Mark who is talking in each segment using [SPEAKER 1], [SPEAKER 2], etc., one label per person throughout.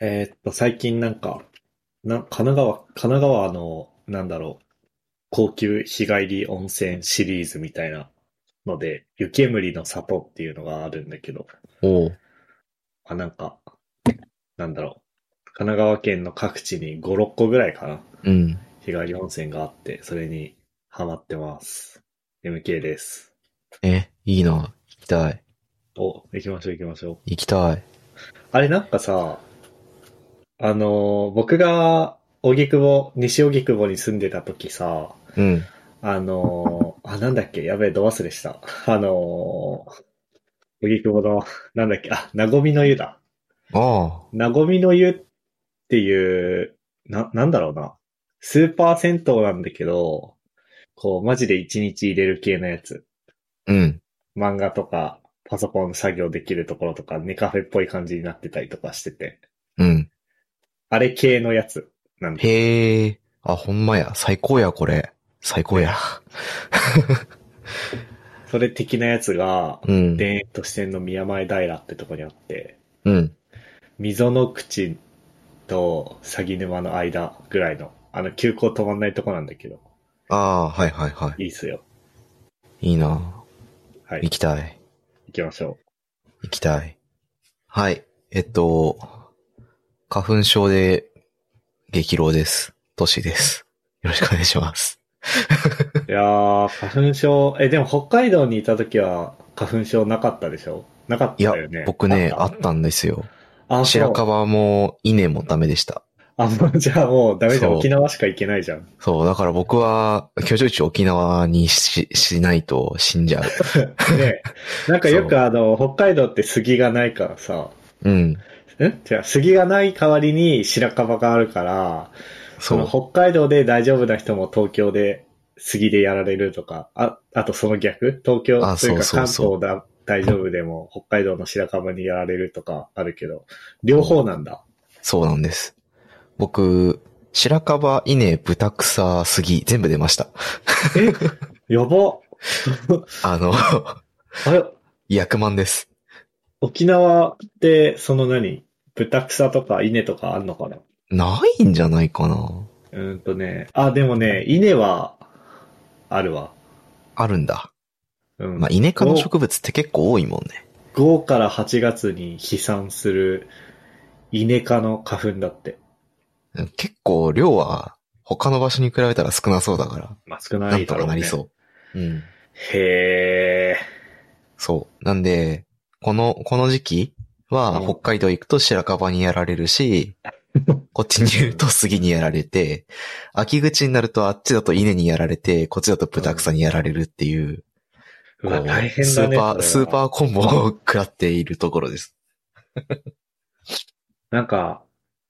[SPEAKER 1] えーっと、最近なんか、な、神奈川、神奈川の、なんだろう、高級日帰り温泉シリーズみたいなので、湯煙の里っていうのがあるんだけど、
[SPEAKER 2] おう。
[SPEAKER 1] あ、なんか、なんだろう、神奈川県の各地に5、6個ぐらいかな、
[SPEAKER 2] うん。
[SPEAKER 1] 日帰り温泉があって、それにハマってます。MK です。
[SPEAKER 2] え、いいな。行きたい。
[SPEAKER 1] お、行きましょう行きましょう。
[SPEAKER 2] 行きたい。
[SPEAKER 1] あれなんかさ、あのー僕が、荻窪、西荻窪に住んでた時さ、
[SPEAKER 2] うん。
[SPEAKER 1] あのーあ、なんだっけ、やべえ、ど忘れした。あのー、荻窪の、なんだっけ、あ、なごみの湯だ。
[SPEAKER 2] あ
[SPEAKER 1] なごみの湯っていう、な、なんだろうな。スーパー銭湯なんだけど、こう、マジで一日入れる系のやつ。
[SPEAKER 2] あ。うん。
[SPEAKER 1] 漫画とか、パソコン作業できるところとか、ネカフェっぽい感じになってたりとかしてて。
[SPEAKER 2] うん。
[SPEAKER 1] あれ系のやつなんだ。
[SPEAKER 2] へえ。あ、ほんまや。最高や、これ。最高や。
[SPEAKER 1] それ的なやつが、
[SPEAKER 2] うん。
[SPEAKER 1] 田園都市線の宮前平ってとこにあって、
[SPEAKER 2] うん。
[SPEAKER 1] 溝の口と鷺沼の間ぐらいの、あの、急行止まんないとこなんだけど、
[SPEAKER 2] ああ、はいはいはい
[SPEAKER 1] いっすよ。
[SPEAKER 2] い。いいな。
[SPEAKER 1] はい、
[SPEAKER 2] 行
[SPEAKER 1] 行
[SPEAKER 2] きたい。
[SPEAKER 1] きましょ
[SPEAKER 2] 行きたい。はい。えっと、花粉症で激浪です。都市です。よろしくお願いします。
[SPEAKER 1] う。いやー、花粉症、え、でも北海道にいた時は花粉症なかったでしょなかっ
[SPEAKER 2] い
[SPEAKER 1] た
[SPEAKER 2] や
[SPEAKER 1] よね。、
[SPEAKER 2] 僕ね、
[SPEAKER 1] あ
[SPEAKER 2] あ
[SPEAKER 1] っ
[SPEAKER 2] ったんですよ。
[SPEAKER 1] たあ、
[SPEAKER 2] 白
[SPEAKER 1] そう。
[SPEAKER 2] 樺も稲もダメでした。
[SPEAKER 1] あ、もうじゃあもうダメじゃん。
[SPEAKER 2] そう
[SPEAKER 1] 沖縄しか行けないじゃん。
[SPEAKER 2] そう、だから僕は、居住地沖縄にし、しないと死んじゃう。
[SPEAKER 1] ねなんかよ
[SPEAKER 2] そう
[SPEAKER 1] くあの、北海道って杉がないからさ、
[SPEAKER 2] うん。
[SPEAKER 1] んじゃあ、杉がない代わりに白樺があるから、そ
[SPEAKER 2] そ
[SPEAKER 1] の
[SPEAKER 2] う。
[SPEAKER 1] 北海道で大丈夫な人も東京で杉でやられるとか、あ、あとその逆東京
[SPEAKER 2] あ
[SPEAKER 1] というか
[SPEAKER 2] そう
[SPEAKER 1] 関
[SPEAKER 2] そうそ
[SPEAKER 1] 東だ大丈夫でも北海道の白樺にやられるとかあるけど、両方なん だ。
[SPEAKER 2] そうなんです。僕、白樺、稲、豚草、杉、全部出ました。
[SPEAKER 1] え、やば。
[SPEAKER 2] あの、
[SPEAKER 1] あれ、
[SPEAKER 2] 薬満です。
[SPEAKER 1] 沖縄ってその何豚草とか稲とかあんのかな
[SPEAKER 2] ないんじゃないかな。
[SPEAKER 1] うーんとね、あ、でもね、稲はあるわ。
[SPEAKER 2] あるんだ。
[SPEAKER 1] うん。
[SPEAKER 2] まあ、イネ科の植物って結構多いもんね。
[SPEAKER 1] 5から8月に飛散するイネ科の花粉だって。
[SPEAKER 2] 結構量は他の場所に比べたら少なそうだか
[SPEAKER 1] まあ、少
[SPEAKER 2] ら、な
[SPEAKER 1] なんい
[SPEAKER 2] と
[SPEAKER 1] だろう、
[SPEAKER 2] か
[SPEAKER 1] ね。
[SPEAKER 2] なりそう。うん。
[SPEAKER 1] へえ。
[SPEAKER 2] そう。なんで、この、この時期は
[SPEAKER 1] うん
[SPEAKER 2] 北海道行くと白樺にやられ るし、こっちにいると杉にやられて、秋口になるとあっちだと稲にやられて、こっちだと豚草にやられるっていう、
[SPEAKER 1] う
[SPEAKER 2] こ
[SPEAKER 1] わ、
[SPEAKER 2] う
[SPEAKER 1] 大変
[SPEAKER 2] ス
[SPEAKER 1] だね。
[SPEAKER 2] ーパ
[SPEAKER 1] それは
[SPEAKER 2] ー、スーパーコンボを食らっているところです。
[SPEAKER 1] なんか、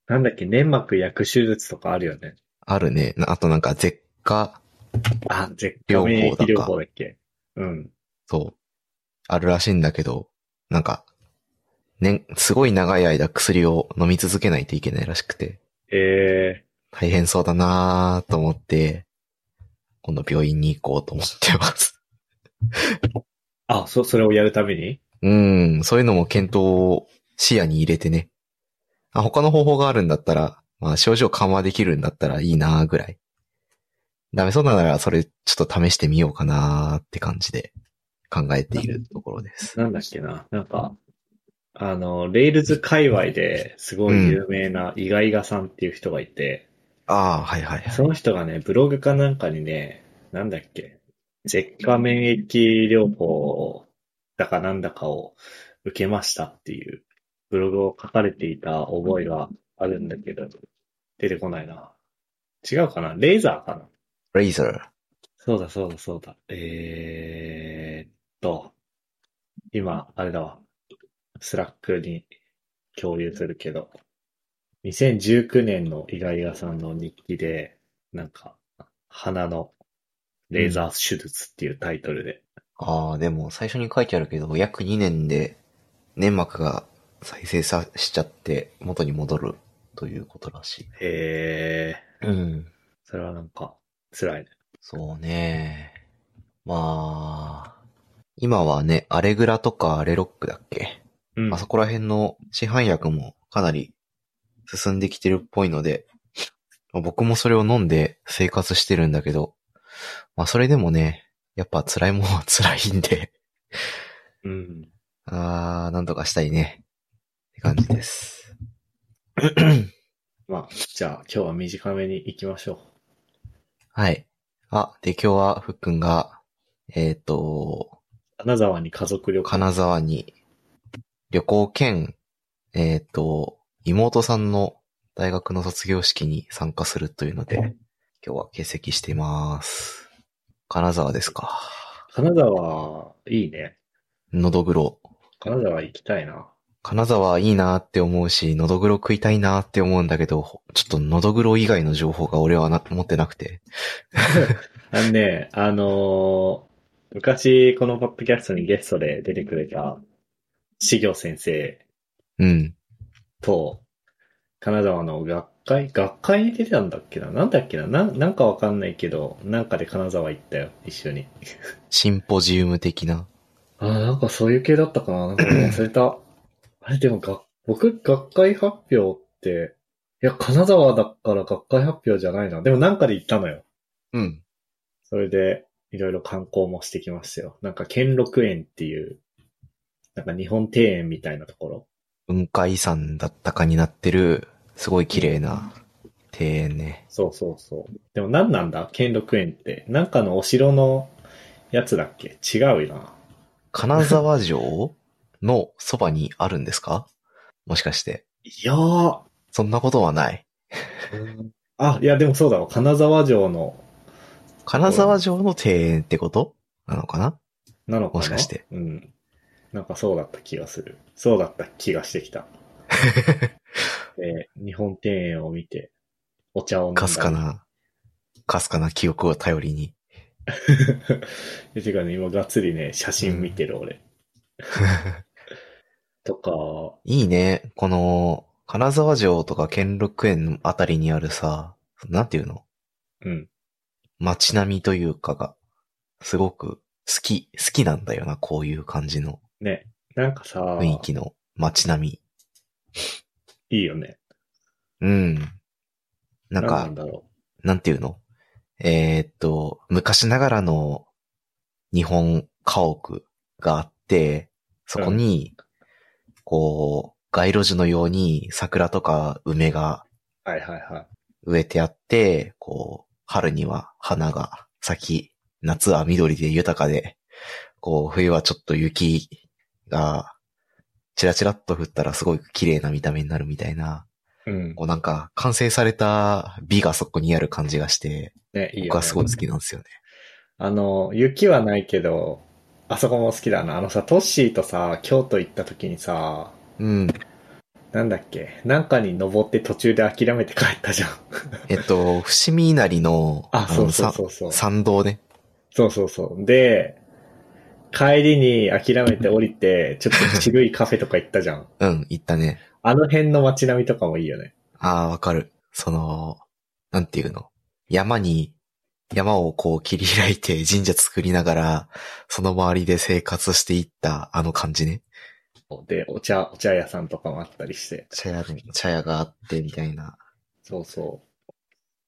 [SPEAKER 1] なんだっけ、粘膜焼く手術とかあるよね。
[SPEAKER 2] あるね。なあとなんか舌下、
[SPEAKER 1] あ、絶
[SPEAKER 2] 両
[SPEAKER 1] 対
[SPEAKER 2] 方
[SPEAKER 1] 免疫
[SPEAKER 2] だか
[SPEAKER 1] 療法だっけ。うん。
[SPEAKER 2] そう。あるらしいんだけど、なんか、ね、すごい長い間薬を飲み続けないといけないらしくて、
[SPEAKER 1] え
[SPEAKER 2] 大変そうだなーと思って、今度病院に行こうと思ってます。
[SPEAKER 1] ー、あ、そ、それをやるために
[SPEAKER 2] うん、そういうのも検討を視野に入れてね。あ、他の方法があるんだったら、まあ症状緩和できるんだったらいいなーぐらい。ダメそうならそれちょっと試してみようかなーって感じで考えているところです。
[SPEAKER 1] なんだっけな。なんか、あの、レイルズ界隈ですごい有名なイガイガさんっていう人がいて、
[SPEAKER 2] ああ、はいはいはい。
[SPEAKER 1] その人がね、ブログかなんかにね、なんだっけ、舌下免疫療法だかなんだかを受けましたっていうブログを書かれていた覚えがあるんだけど、出てこないな。違うかなレーザーかな
[SPEAKER 2] レイザー。
[SPEAKER 1] そうだそうだそうだ。えーっと、今、あれだわ。スラックに共有するけど、2019年のイガイガさんの日記で、なんか、鼻のレーザー手術っていうタイトルで、
[SPEAKER 2] ああ、でも最初に書いてあるけど、約2年で粘膜が再生さしちゃって元に戻るということらしい。
[SPEAKER 1] えー、
[SPEAKER 2] うん。
[SPEAKER 1] それはなんか、辛いね。
[SPEAKER 2] そうね。まあ、今はね、アレグラとかアレロックだっけ、
[SPEAKER 1] うん
[SPEAKER 2] あ。そこら辺の市販薬もかなり進んできてるっぽいので、まあ僕もそれを飲んで生活してるんだけど、まあそれでもね、やっぱ辛いものは辛いんで、
[SPEAKER 1] うん。
[SPEAKER 2] あー、なんとかしたいね。って感じです。
[SPEAKER 1] まあ、じゃあ今日は短めに行きましょ
[SPEAKER 2] はい。あ、で今日はふっくんが、えっ、と、
[SPEAKER 1] う。金沢に家族旅行。
[SPEAKER 2] 金沢に旅行兼、えっ、と、妹さんの大学の卒業式に参加するというので、今日は欠席しています。金沢ですか。
[SPEAKER 1] 金沢、いいね。
[SPEAKER 2] のどぐろ。
[SPEAKER 1] 金沢行きたいな。
[SPEAKER 2] 金沢いいなって思うし、のどぐろ食いたいなって思うんだけど、ちょっとのどぐろ以外の情報が俺はな持ってなくて。
[SPEAKER 1] あのね、あのー昔このポッドキャストにゲストで出てくれた、し行先生
[SPEAKER 2] うん。
[SPEAKER 1] と、金沢の学会、学会に出てたんだっけななんだっけななんなんかわかんないけど、なんかで金沢行ったよ、一緒に。
[SPEAKER 2] シンポジウム的な。
[SPEAKER 1] ああ、なんかそういう系だったかななんか忘れ た。あれ、でもが、僕、学会発表って、いや、金沢だから学会発表じゃないな。でもなんかで行ったのよ。
[SPEAKER 2] うん。
[SPEAKER 1] それで、いろいろ観光もしてきましたよ。なんか、兼六園っていう、なんか日本庭園みたいなところ。
[SPEAKER 2] 文化遺産だったかになってる、すごい綺麗な庭園ね。
[SPEAKER 1] そうそうそう。でも何なんだ兼六園って。なんかのお城のやつだっけ違うよな。
[SPEAKER 2] 金沢城のそばにあるんですかもしかして。
[SPEAKER 1] いやー。
[SPEAKER 2] そんなことはない。
[SPEAKER 1] あ、いやでもそうだわ。金沢城の、
[SPEAKER 2] 金沢城の庭園ってことなのかな
[SPEAKER 1] なのかな
[SPEAKER 2] もしかして。
[SPEAKER 1] うん。なんかそうだった気がする。そうだった気がしてきた。で日本庭園を見て、お茶を飲んだり
[SPEAKER 2] かすか。な、かすかな記憶を頼りに。
[SPEAKER 1] でてかね、今がっつりね、写真見てる 俺。とか、
[SPEAKER 2] いいね。この、金沢城とか兼六園のあたりにあるさ、なんていうの
[SPEAKER 1] うん。
[SPEAKER 2] 街並みというかが、すごく好き、好きなんだよな、こういう感じの
[SPEAKER 1] ね。なんかさ、
[SPEAKER 2] 雰囲気の街並
[SPEAKER 1] いいよね。
[SPEAKER 2] み。うん。なん
[SPEAKER 1] 何な
[SPEAKER 2] か
[SPEAKER 1] ん、だろ
[SPEAKER 2] なんていうのえーっと、昔ながらの日本家屋があって、そこに、こう、街路樹のように桜とか梅が
[SPEAKER 1] う。はいはいはい。
[SPEAKER 2] 植えてあって、こう、春には花が咲き、夏は緑で豊かで、こう、冬はちょっと雪が、チラチラっと降ったらすごく綺麗な見た目になるみたいな、
[SPEAKER 1] うん。
[SPEAKER 2] こうなんか完成された美がそこにある感じがして、
[SPEAKER 1] ね、いいよ、ね。
[SPEAKER 2] 僕はすごい好きなんですよね。
[SPEAKER 1] あの、雪はないけど、あそこも好きだな。あのさ、トッシーとさ、京都行った時にさ、
[SPEAKER 2] うん。
[SPEAKER 1] なんだっけ、なんかに登って途中で諦めて帰った じゃん。
[SPEAKER 2] えっと、伏見稲荷の、
[SPEAKER 1] あ、そうそう
[SPEAKER 2] さ
[SPEAKER 1] そうそう。
[SPEAKER 2] 参道ね。
[SPEAKER 1] そうそうそう。で、帰りに諦めて降りて、ちょっと渋いカフェとか行ったじゃん。
[SPEAKER 2] うん、行ったね。
[SPEAKER 1] あの辺の街並みとかもいいよね。
[SPEAKER 2] ああ、わかる。その、なんていうの。山に、山をこう切り開いて神社作りながら、その周りで生活していったあの感じね。
[SPEAKER 1] で、お茶、お茶屋さんとかもあったりして。
[SPEAKER 2] 茶屋の、茶屋があってみたいな。
[SPEAKER 1] そうそ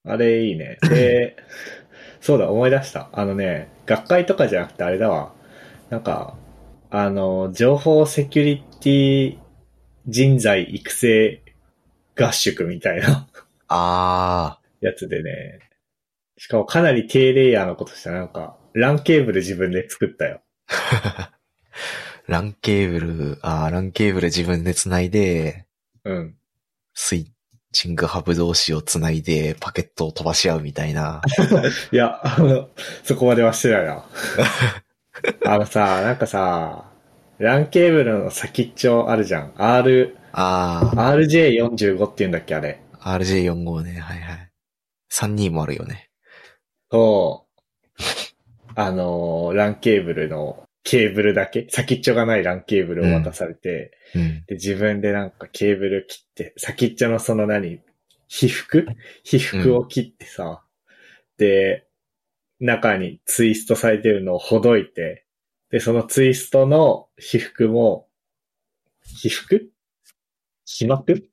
[SPEAKER 1] う。あれいいね。で、そうだ、思い出した。あのね、学会とかじゃなくてあれだわ。なんか、あの、情報セキュリティ人材育成合宿みたいな
[SPEAKER 2] ああ、
[SPEAKER 1] やつでね。しかもかなり低レイヤーのことしたなんか、ランケーブル自分で作ったよ。
[SPEAKER 2] ランケーブル、ああ、ランケーブル自分で繋いで、
[SPEAKER 1] うん。
[SPEAKER 2] スイッチングハブ同士を繋いで、パケットを飛ばし合うみたいな。
[SPEAKER 1] いや、あの、そこまではしてないな。あのさ、なんかさ、ランケーブルの先っちょあるじゃん。R、
[SPEAKER 2] ああ、
[SPEAKER 1] RJ45 って言うんだっけ、あれ。
[SPEAKER 2] RJ45 ね、はいはい。32もあるよね。
[SPEAKER 1] と、あのーランケーブルのケーブルだけ、先っちょがないランケーブルを渡されて、
[SPEAKER 2] うん。
[SPEAKER 1] で、自分でなんかケーブル切って、先っちょのその何、被服被服を切ってさ、で、中にツイストされてるのをほどいて、で、そのツイストの被服も、被服被膜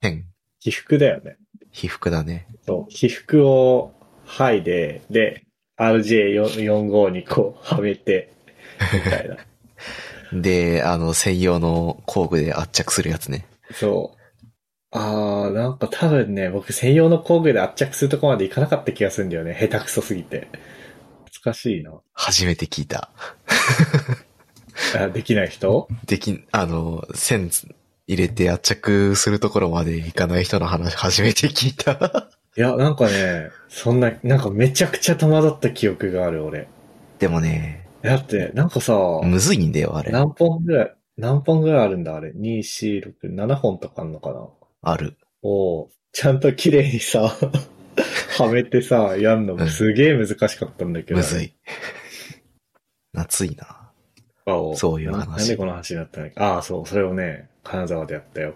[SPEAKER 2] 変。
[SPEAKER 1] 被服だよね。
[SPEAKER 2] 被服だね。
[SPEAKER 1] そう、被服を剥いで、で、RJ452 にこうはめて、みたいな。
[SPEAKER 2] で、あの、専用の工具で圧着するやつね。
[SPEAKER 1] そう。あー、なんか多分ね、僕専用の工具で圧着するとこまでいかなかった気がするんだよね。下手くそすぎて。難しいな。
[SPEAKER 2] 初めて聞いた。
[SPEAKER 1] あできない人
[SPEAKER 2] でき、あの、線入れて圧着するところまでいかない人の話、初めて聞いた。
[SPEAKER 1] いや、なんかね、そんな、なんかめちゃくちゃ戸惑った記憶がある、俺。
[SPEAKER 2] でもね、
[SPEAKER 1] だって、なんかさ、
[SPEAKER 2] むずいんだよ、あれ。
[SPEAKER 1] 何本ぐらい、何本ぐらいあるんだ、あれ。2、4、6、7本とかあんのかな
[SPEAKER 2] ある。
[SPEAKER 1] を、ちゃんと綺麗にさ、はめてさ、やんのもすげえ難しかったんだけど。
[SPEAKER 2] むずい。 夏いな。
[SPEAKER 1] あを
[SPEAKER 2] そういう話
[SPEAKER 1] ななんでこの話になったのああ、そう、それをね、金沢でやったよ。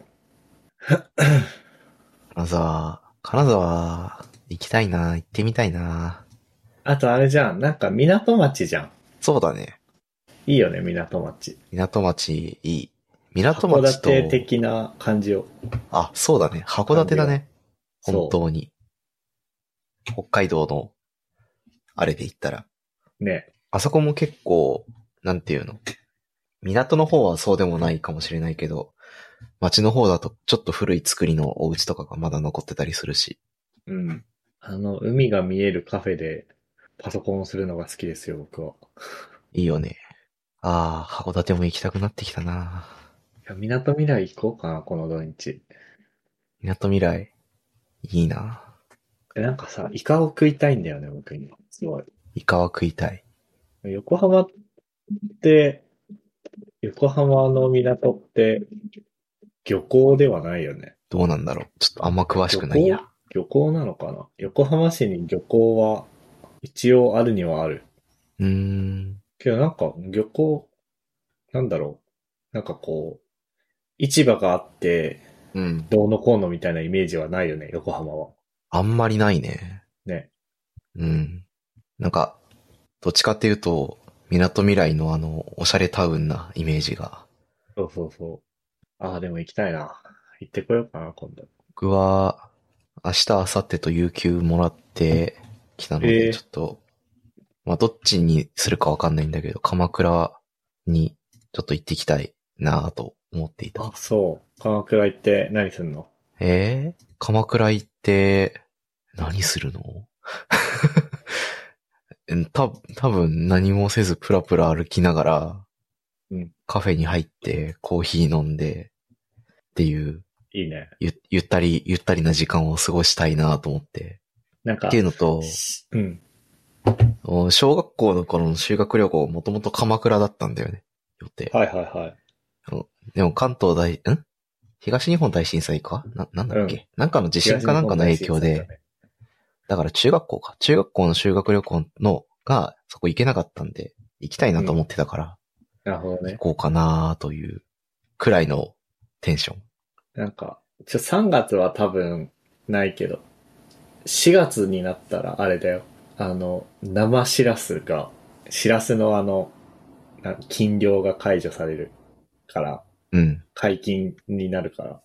[SPEAKER 2] 金沢、金沢、行きたいな、行ってみたいな。
[SPEAKER 1] あとあれじゃん、なんか港町じゃん。
[SPEAKER 2] そうだね。
[SPEAKER 1] いいよね、港町。
[SPEAKER 2] 港町、いい。港
[SPEAKER 1] 函
[SPEAKER 2] 町と、
[SPEAKER 1] 館的な感じを。
[SPEAKER 2] あ、そうだね。函館だね。本
[SPEAKER 1] そ
[SPEAKER 2] 当に。北海道の、あれで行ったら。
[SPEAKER 1] う。ね。
[SPEAKER 2] あそこも結構、なんていうの。港の方はそうでもないかもしれないけど、町の方だとちょっと古い作りのお家とかがまだ残ってたりするし。
[SPEAKER 1] うん。あの、海が見えるカフェでパソコンをするのが好きですよ、僕は。
[SPEAKER 2] いいよね。ああ、函館も行きたくなってきたない
[SPEAKER 1] や港未来行こうかな、この土日。
[SPEAKER 2] 港未来。いいな
[SPEAKER 1] えなんかさ、イカを食いたいんだよね、僕今。すごい。
[SPEAKER 2] イカは食いたい。
[SPEAKER 1] 横浜って、横浜の港って、漁港ではないよね。
[SPEAKER 2] どうなんだろう。ちょっとあんま詳しくないや。
[SPEAKER 1] 漁港なのかな横浜市に漁港は一応あるにはある。
[SPEAKER 2] うーん。
[SPEAKER 1] けどなんか漁港、なんだろう。なんかこう、市場があって、
[SPEAKER 2] うん。
[SPEAKER 1] どうのこうのみたいなイメージはないよね、横浜は。
[SPEAKER 2] あんまりないね。
[SPEAKER 1] ね。
[SPEAKER 2] うん。なんか、どっちかっていうと、港未来のあの、おしゃれタウンなイメージが。
[SPEAKER 1] そうそうそう。ああ、でも行きたいな。行ってこようかな、今度。
[SPEAKER 2] 僕は、明日、明後日と有給もらってきたの
[SPEAKER 1] え
[SPEAKER 2] で、
[SPEAKER 1] ー
[SPEAKER 2] ちょっと、まあ、どっちにするかわかんないんだけど、鎌倉にちょっと行ってきたいなぁと思っていた
[SPEAKER 1] あ、。そう。鎌倉行って何すんの
[SPEAKER 2] えー、鎌倉行って、何するの うんた、多分何もせずプラプラ歩きながら、
[SPEAKER 1] うん
[SPEAKER 2] カフェに入ってコーヒー飲んで、っていう、
[SPEAKER 1] いいね。
[SPEAKER 2] ゆ、ゆったり、ゆったりな時間を過ごしたいなと思って。
[SPEAKER 1] なんか
[SPEAKER 2] って、いうのと、
[SPEAKER 1] うん。
[SPEAKER 2] お小学校の頃の修学旅行もともと鎌倉だったんだよね。予定。
[SPEAKER 1] はいはいはい。
[SPEAKER 2] でも関東大、ん東日本大震災かな、なんだっけ、
[SPEAKER 1] うん
[SPEAKER 2] なんかの地震かなんかの影響で、だから中学校か。中学校の修学旅行のが、そこ行けなかったんで、行きたいなと思ってたから、
[SPEAKER 1] なるほど
[SPEAKER 2] 行
[SPEAKER 1] ね。
[SPEAKER 2] こうかなというくらいのテンション。
[SPEAKER 1] なんか、ちょ、3月は多分ないけど、4月になったらあれだよ。あの、生シラスが、シラスのあの、な禁漁が解除されるから、
[SPEAKER 2] うん。
[SPEAKER 1] 解禁になるから、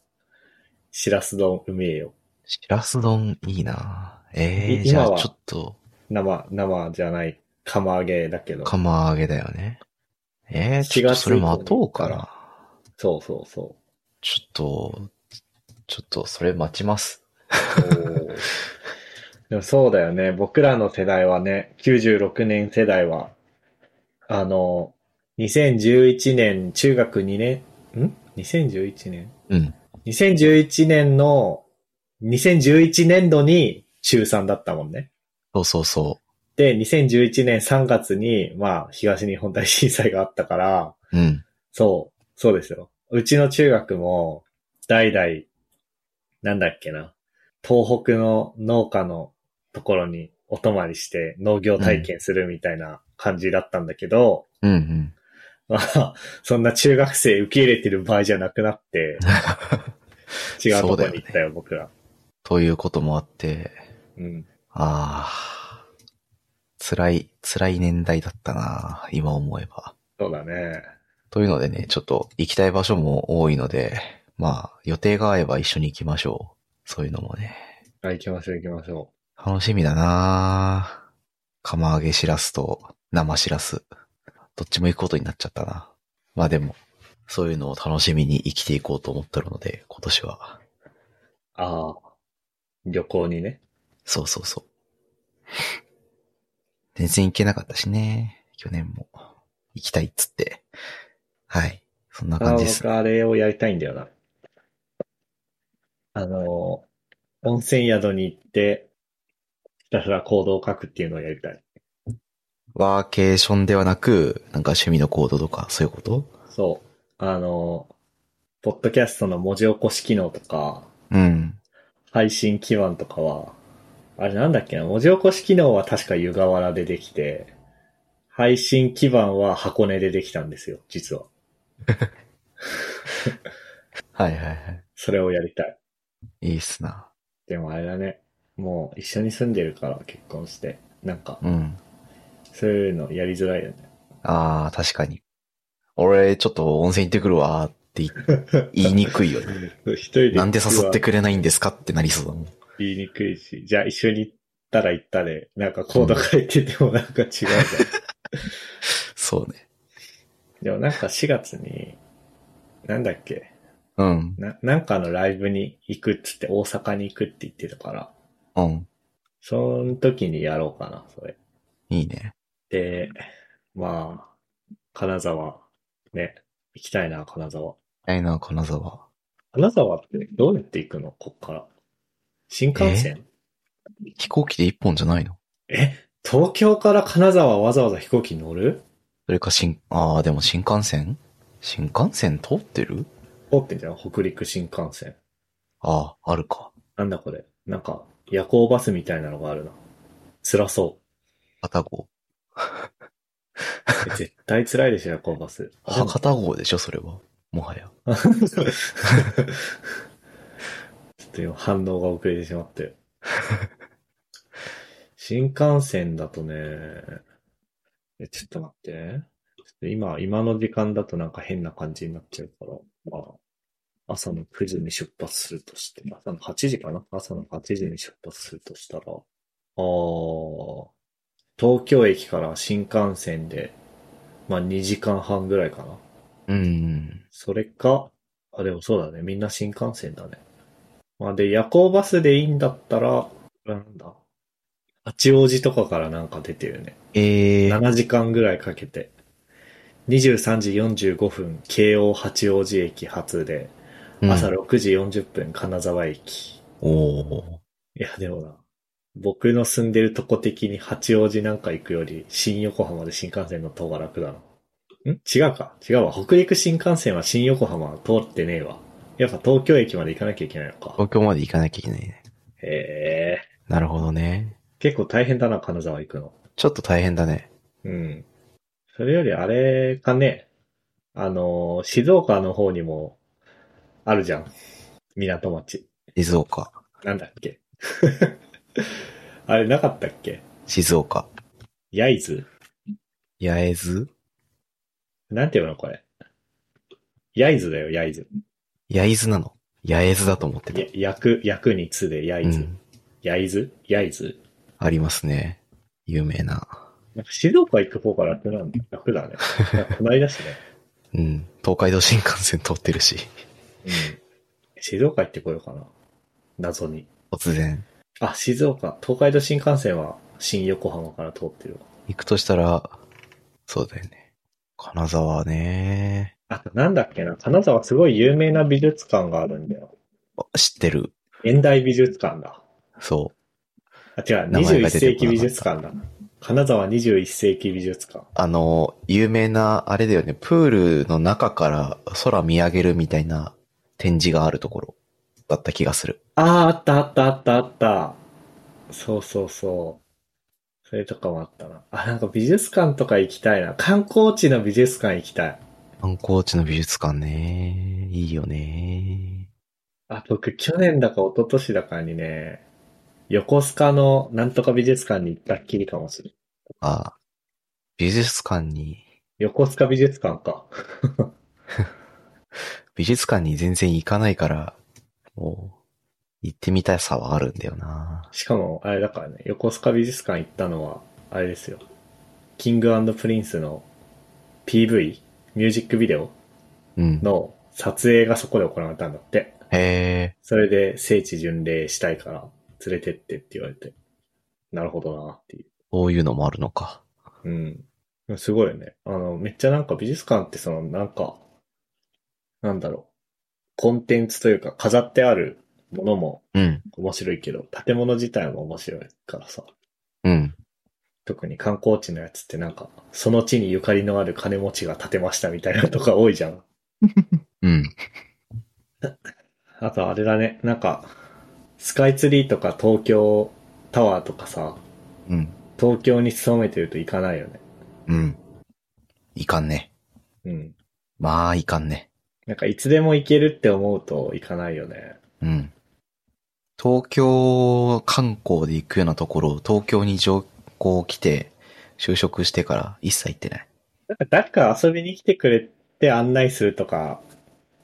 [SPEAKER 1] シラス丼うめえよ。
[SPEAKER 2] しらす丼いいなええ
[SPEAKER 1] い
[SPEAKER 2] じ
[SPEAKER 1] 今
[SPEAKER 2] ゃあ
[SPEAKER 1] は
[SPEAKER 2] ちょっと、
[SPEAKER 1] 生、生じゃない、釜揚げだけど。
[SPEAKER 2] 釜揚げだよね。ええちょっとそれ待とうか
[SPEAKER 1] 4月以降に行った
[SPEAKER 2] な。
[SPEAKER 1] そうそうそう。
[SPEAKER 2] ちょっと、ちょっとそれ待ちます。
[SPEAKER 1] でもそうだよね。僕らの世代はね、96年世代は、あの、2011年、中学2年、ん ?2011 年
[SPEAKER 2] うん。
[SPEAKER 1] ?2011 年の、2011年度に中3だったもんね。
[SPEAKER 2] そうそうそ
[SPEAKER 1] で、2011年3月に、まあ、東日本大震災があったから、
[SPEAKER 2] う。うん。
[SPEAKER 1] そう、そうですよ。うちの中学も、代々、なんだっけな、東北の農家のところにお泊まりして農業体験するみたいな感じだったんだけど、
[SPEAKER 2] うんうん。
[SPEAKER 1] まあ、 そんな中学生受け入れてる場合じゃなくな って、違うところに行ったよ、僕ら。
[SPEAKER 2] ということもあって、
[SPEAKER 1] うん。
[SPEAKER 2] ああ、辛い、辛い年代だったな、今思えば。
[SPEAKER 1] そうだね。
[SPEAKER 2] というのでね、ちょっと行きたい場所も多いので、まあ、予定が合えば一緒に行きましょそういうのもね。
[SPEAKER 1] あ、行きましょう行きましょ
[SPEAKER 2] 楽しみだな釜揚げしらすと生しらす。どっちも行くことになっちゃったな。まあでも、そういうのを楽しみに生きていこうと思ってるので、今年は。
[SPEAKER 1] う。ああ。旅行にね。
[SPEAKER 2] そうそうそう。全然行けなかったしね。去年も。行きたいっつって。はい。そんな
[SPEAKER 1] あ
[SPEAKER 2] 感
[SPEAKER 1] あ、
[SPEAKER 2] じです。
[SPEAKER 1] 僕あれをやりたいんだよな。あの、温泉宿に行って、ひたすら行動を書くっていうのをやりたい。
[SPEAKER 2] ワーケーションではなく、なんか趣味の行動とか、そういうこと
[SPEAKER 1] そう。あの、ポッドキャストの文字起こし機能とか、
[SPEAKER 2] うん。
[SPEAKER 1] 配信基盤とかは、あれなんだっけな、文字起こし機能は確か湯河原でできて、配信基盤は箱根でできたんですよ、実は。
[SPEAKER 2] はいはいはい。
[SPEAKER 1] それをやりたい。
[SPEAKER 2] いいっすな。
[SPEAKER 1] でもあれだね、もう一緒に住んでるから結婚して、なんか、
[SPEAKER 2] うん。
[SPEAKER 1] そういうのやりづらいよね。
[SPEAKER 2] ああ、確かに。俺、ちょっと温泉行ってくるわーって言い言いにくいよね。
[SPEAKER 1] 一人で
[SPEAKER 2] なんで誘って
[SPEAKER 1] る
[SPEAKER 2] くれないんですかってなりそうだもん。
[SPEAKER 1] 言いにくいし、じゃあ一緒に行ったら行ったで、なんかコード書いててもなんか違うじゃん。
[SPEAKER 2] そうね。
[SPEAKER 1] でもなんか4月に、なんだっけ、
[SPEAKER 2] うん。
[SPEAKER 1] な、なんかのライブに行くっつって大阪に行くって言ってたから、
[SPEAKER 2] うん。
[SPEAKER 1] その時にやろうかな、それ。
[SPEAKER 2] いいね。
[SPEAKER 1] で、まあ、金沢、ね、行きたいな、金沢。
[SPEAKER 2] いいな、金沢。
[SPEAKER 1] 金沢ってどうやって行くのこっから。新幹線
[SPEAKER 2] 飛行機で一本じゃないの
[SPEAKER 1] え東京から金沢わざわざ飛行機乗る
[SPEAKER 2] それか新、ああ、でも新幹線新幹線通ってる
[SPEAKER 1] 通ってんじゃん北陸新幹線。
[SPEAKER 2] ああ、あるか。
[SPEAKER 1] なんだこれ。なんか、夜行バスみたいなのがあるな。辛そう。
[SPEAKER 2] 片号。
[SPEAKER 1] え絶対辛いでしょ、夜行バス。
[SPEAKER 2] あ、片号でしょ、それは。もはや。
[SPEAKER 1] ちょっと今反応が遅れてしまって。新幹線だとね、えちょっと待ってね。ちょっと今、今の時間だとなんか変な感じになっちゃうから、まあ、朝の9時に出発するとして、朝の8時かな朝の8時に出発するとしたら、あー東京駅から新幹線で、まあ2時間半ぐらいかな。
[SPEAKER 2] うん。
[SPEAKER 1] それか、あ、でもそうだね。みんな新幹線だね。まあで、夜行バスでいいんだったら、なんだ。八王子とかからなんか出てるね。
[SPEAKER 2] ええー、
[SPEAKER 1] 7時間ぐらいかけて。23時45分、京王八王子駅発で、
[SPEAKER 2] うん
[SPEAKER 1] 朝6時40分、金沢駅。
[SPEAKER 2] おー
[SPEAKER 1] いや、でもな。僕の住んでるとこ的に八王子なんか行くより、新横浜で新幹線の方が楽だな。ん違うか。違うわ。北陸新幹線は新横浜は通ってねえわ。やっぱ東京駅まで行かなきゃいけないのか。
[SPEAKER 2] 東京まで行かなきゃいけないね。
[SPEAKER 1] へえ。
[SPEAKER 2] なるほどね。
[SPEAKER 1] 結構大変だな、金沢行くの。
[SPEAKER 2] ちょっと大変だね。
[SPEAKER 1] うん。それよりあれかね。あのー、静岡の方にも、あるじゃん。港町。
[SPEAKER 2] 静岡。
[SPEAKER 1] なんだっけ。 あれなかったっけ
[SPEAKER 2] 静岡。
[SPEAKER 1] 焼津
[SPEAKER 2] 八重洲
[SPEAKER 1] なんていうのこれ。焼津だよ、焼津。
[SPEAKER 2] 焼津なの八重洲だと思ってた。
[SPEAKER 1] や役、役に津で
[SPEAKER 2] う
[SPEAKER 1] 焼津。
[SPEAKER 2] ん。
[SPEAKER 1] 焼津焼津
[SPEAKER 2] ありますね。有名な。
[SPEAKER 1] なんか静岡行く方が楽なんだ。楽だ ね。なんか隣だしね。
[SPEAKER 2] うん。東海道新幹線通ってるし。
[SPEAKER 1] うん。静岡行ってこようかな。謎に。
[SPEAKER 2] 突然。
[SPEAKER 1] あ、静岡。東海道新幹線は新横浜から通ってるわ。
[SPEAKER 2] 行くとしたら、そうだよね。金沢ね。
[SPEAKER 1] あとなんだっけな。金沢すごい有名な美術館があるんだよ。
[SPEAKER 2] あ知ってる。
[SPEAKER 1] 現代美術館だ。
[SPEAKER 2] そう。
[SPEAKER 1] あ、違う。
[SPEAKER 2] 名前が
[SPEAKER 1] 21世
[SPEAKER 2] 出てこなかった
[SPEAKER 1] 紀美術館だ。金沢21世紀美術館。
[SPEAKER 2] あの、有名な、あれだよね、プールの中から空見上げるみたいな展示があるところだった気がする。
[SPEAKER 1] ああ、あったあったあったあった。そうそうそう。それとかもあったな。あ、なんか美術館とか行きたいな。観光地の美術館行きたい。
[SPEAKER 2] 観光地の美術館ね。いいよね。
[SPEAKER 1] あ、僕、去年だか一昨年だかにね、横須賀のなんとか美術館に行ったっきりかもしれん。
[SPEAKER 2] あ、美術館に、
[SPEAKER 1] 横須賀美術館か。
[SPEAKER 2] 美術館に全然行かないから、も行ってみたさはあるんだよな。
[SPEAKER 1] しかも、あれだからね、横須賀美術館行ったのは、あれですよ。キングプリンスの PV、ミュージックビデオ
[SPEAKER 2] うん。
[SPEAKER 1] の撮影がそこで行われたんだって。
[SPEAKER 2] へえ。
[SPEAKER 1] それで聖地巡礼したいから連れてってって言われて。なるほどなっていう。
[SPEAKER 2] こういうのもあるのか。
[SPEAKER 1] うん。すごいよね。あの、めっちゃなんか美術館ってその、なんか、なんだろう。コンテンツというか飾ってあるものも
[SPEAKER 2] うん。
[SPEAKER 1] 面白いけど、建物自体も面白いからさ。
[SPEAKER 2] うん。
[SPEAKER 1] 特に観光地のやつってなんか、その地にゆかりのある金持ちが建てましたみたいなとか多いじゃん。
[SPEAKER 2] うん。
[SPEAKER 1] あとあれだね、なんか、スカイツリーとか東京タワーとかさ、
[SPEAKER 2] うん。
[SPEAKER 1] 東京に勤めてると行かないよね。
[SPEAKER 2] うん。いかんね。
[SPEAKER 1] うん。
[SPEAKER 2] まあ、いかんね。
[SPEAKER 1] なんかいつでも行けるって思うと行かないよね。
[SPEAKER 2] うん。東京観光で行くようなところを東京に上校来て、就職してから一切行ってない。
[SPEAKER 1] なんか誰か遊びに来てくれて案内するとか、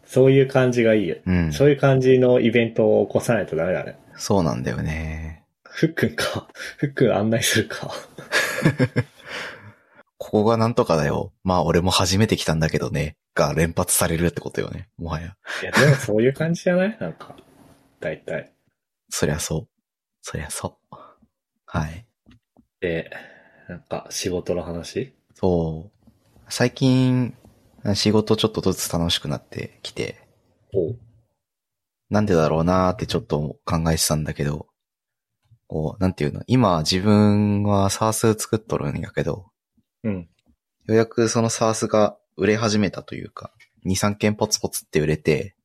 [SPEAKER 1] そういう感じがいいよ。
[SPEAKER 2] うん。
[SPEAKER 1] そういう感じのイベントを起こさないとダメだね。
[SPEAKER 2] そうなんだよね。
[SPEAKER 1] ふっくんか。ふっくん案内するか。
[SPEAKER 2] ここがなんとかだよ。まあ俺も初めて来たんだけどね。が連発されるってことよね。もはや。
[SPEAKER 1] いや、でもそういう感じじゃないなんか、大体。
[SPEAKER 2] そりゃそう。そりゃそう。はい。
[SPEAKER 1] で、なんか仕事の話
[SPEAKER 2] そう。最近、仕事ちょっとずつ楽しくなってきて、
[SPEAKER 1] おう。
[SPEAKER 2] なんでだろうなーってちょっと考えてたんだけど、こう、なんていうの、今自分はサース作っとるんやけど、
[SPEAKER 1] うん。
[SPEAKER 2] ようやくそのサースが売れ始めたというか、2、3件ポツポツって売れて、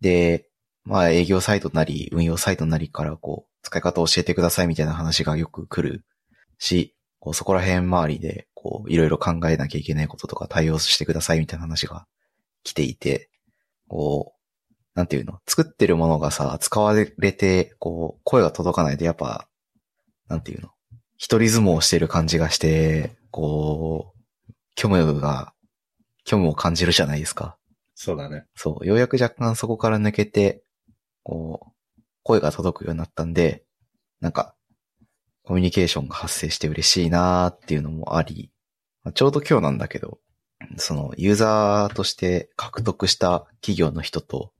[SPEAKER 2] で、まあ営業サイトなり、運用サイトなりからこう、使い方を教えてくださいみたいな話がよく来るし、こうそこら辺周りで、こう、いろいろ考えなきゃいけないこととか対応してくださいみたいな話が来ていて、こう、なんていうの、作ってるものがさ、使われて、こう、声が届かないとやっぱ、なんていうの、一人相撲をしてる感じがして、こう、虚無が、虚無を感じるじゃないですか。
[SPEAKER 1] そうだね。
[SPEAKER 2] そう、ようやく若干そこから抜けて、こう、声が届くようになったんで、なんか、コミュニケーションが発生して嬉しいなーっていうのもあり、まあちょうど今日なんだけど、そのユーザーとして獲得した企業の人と、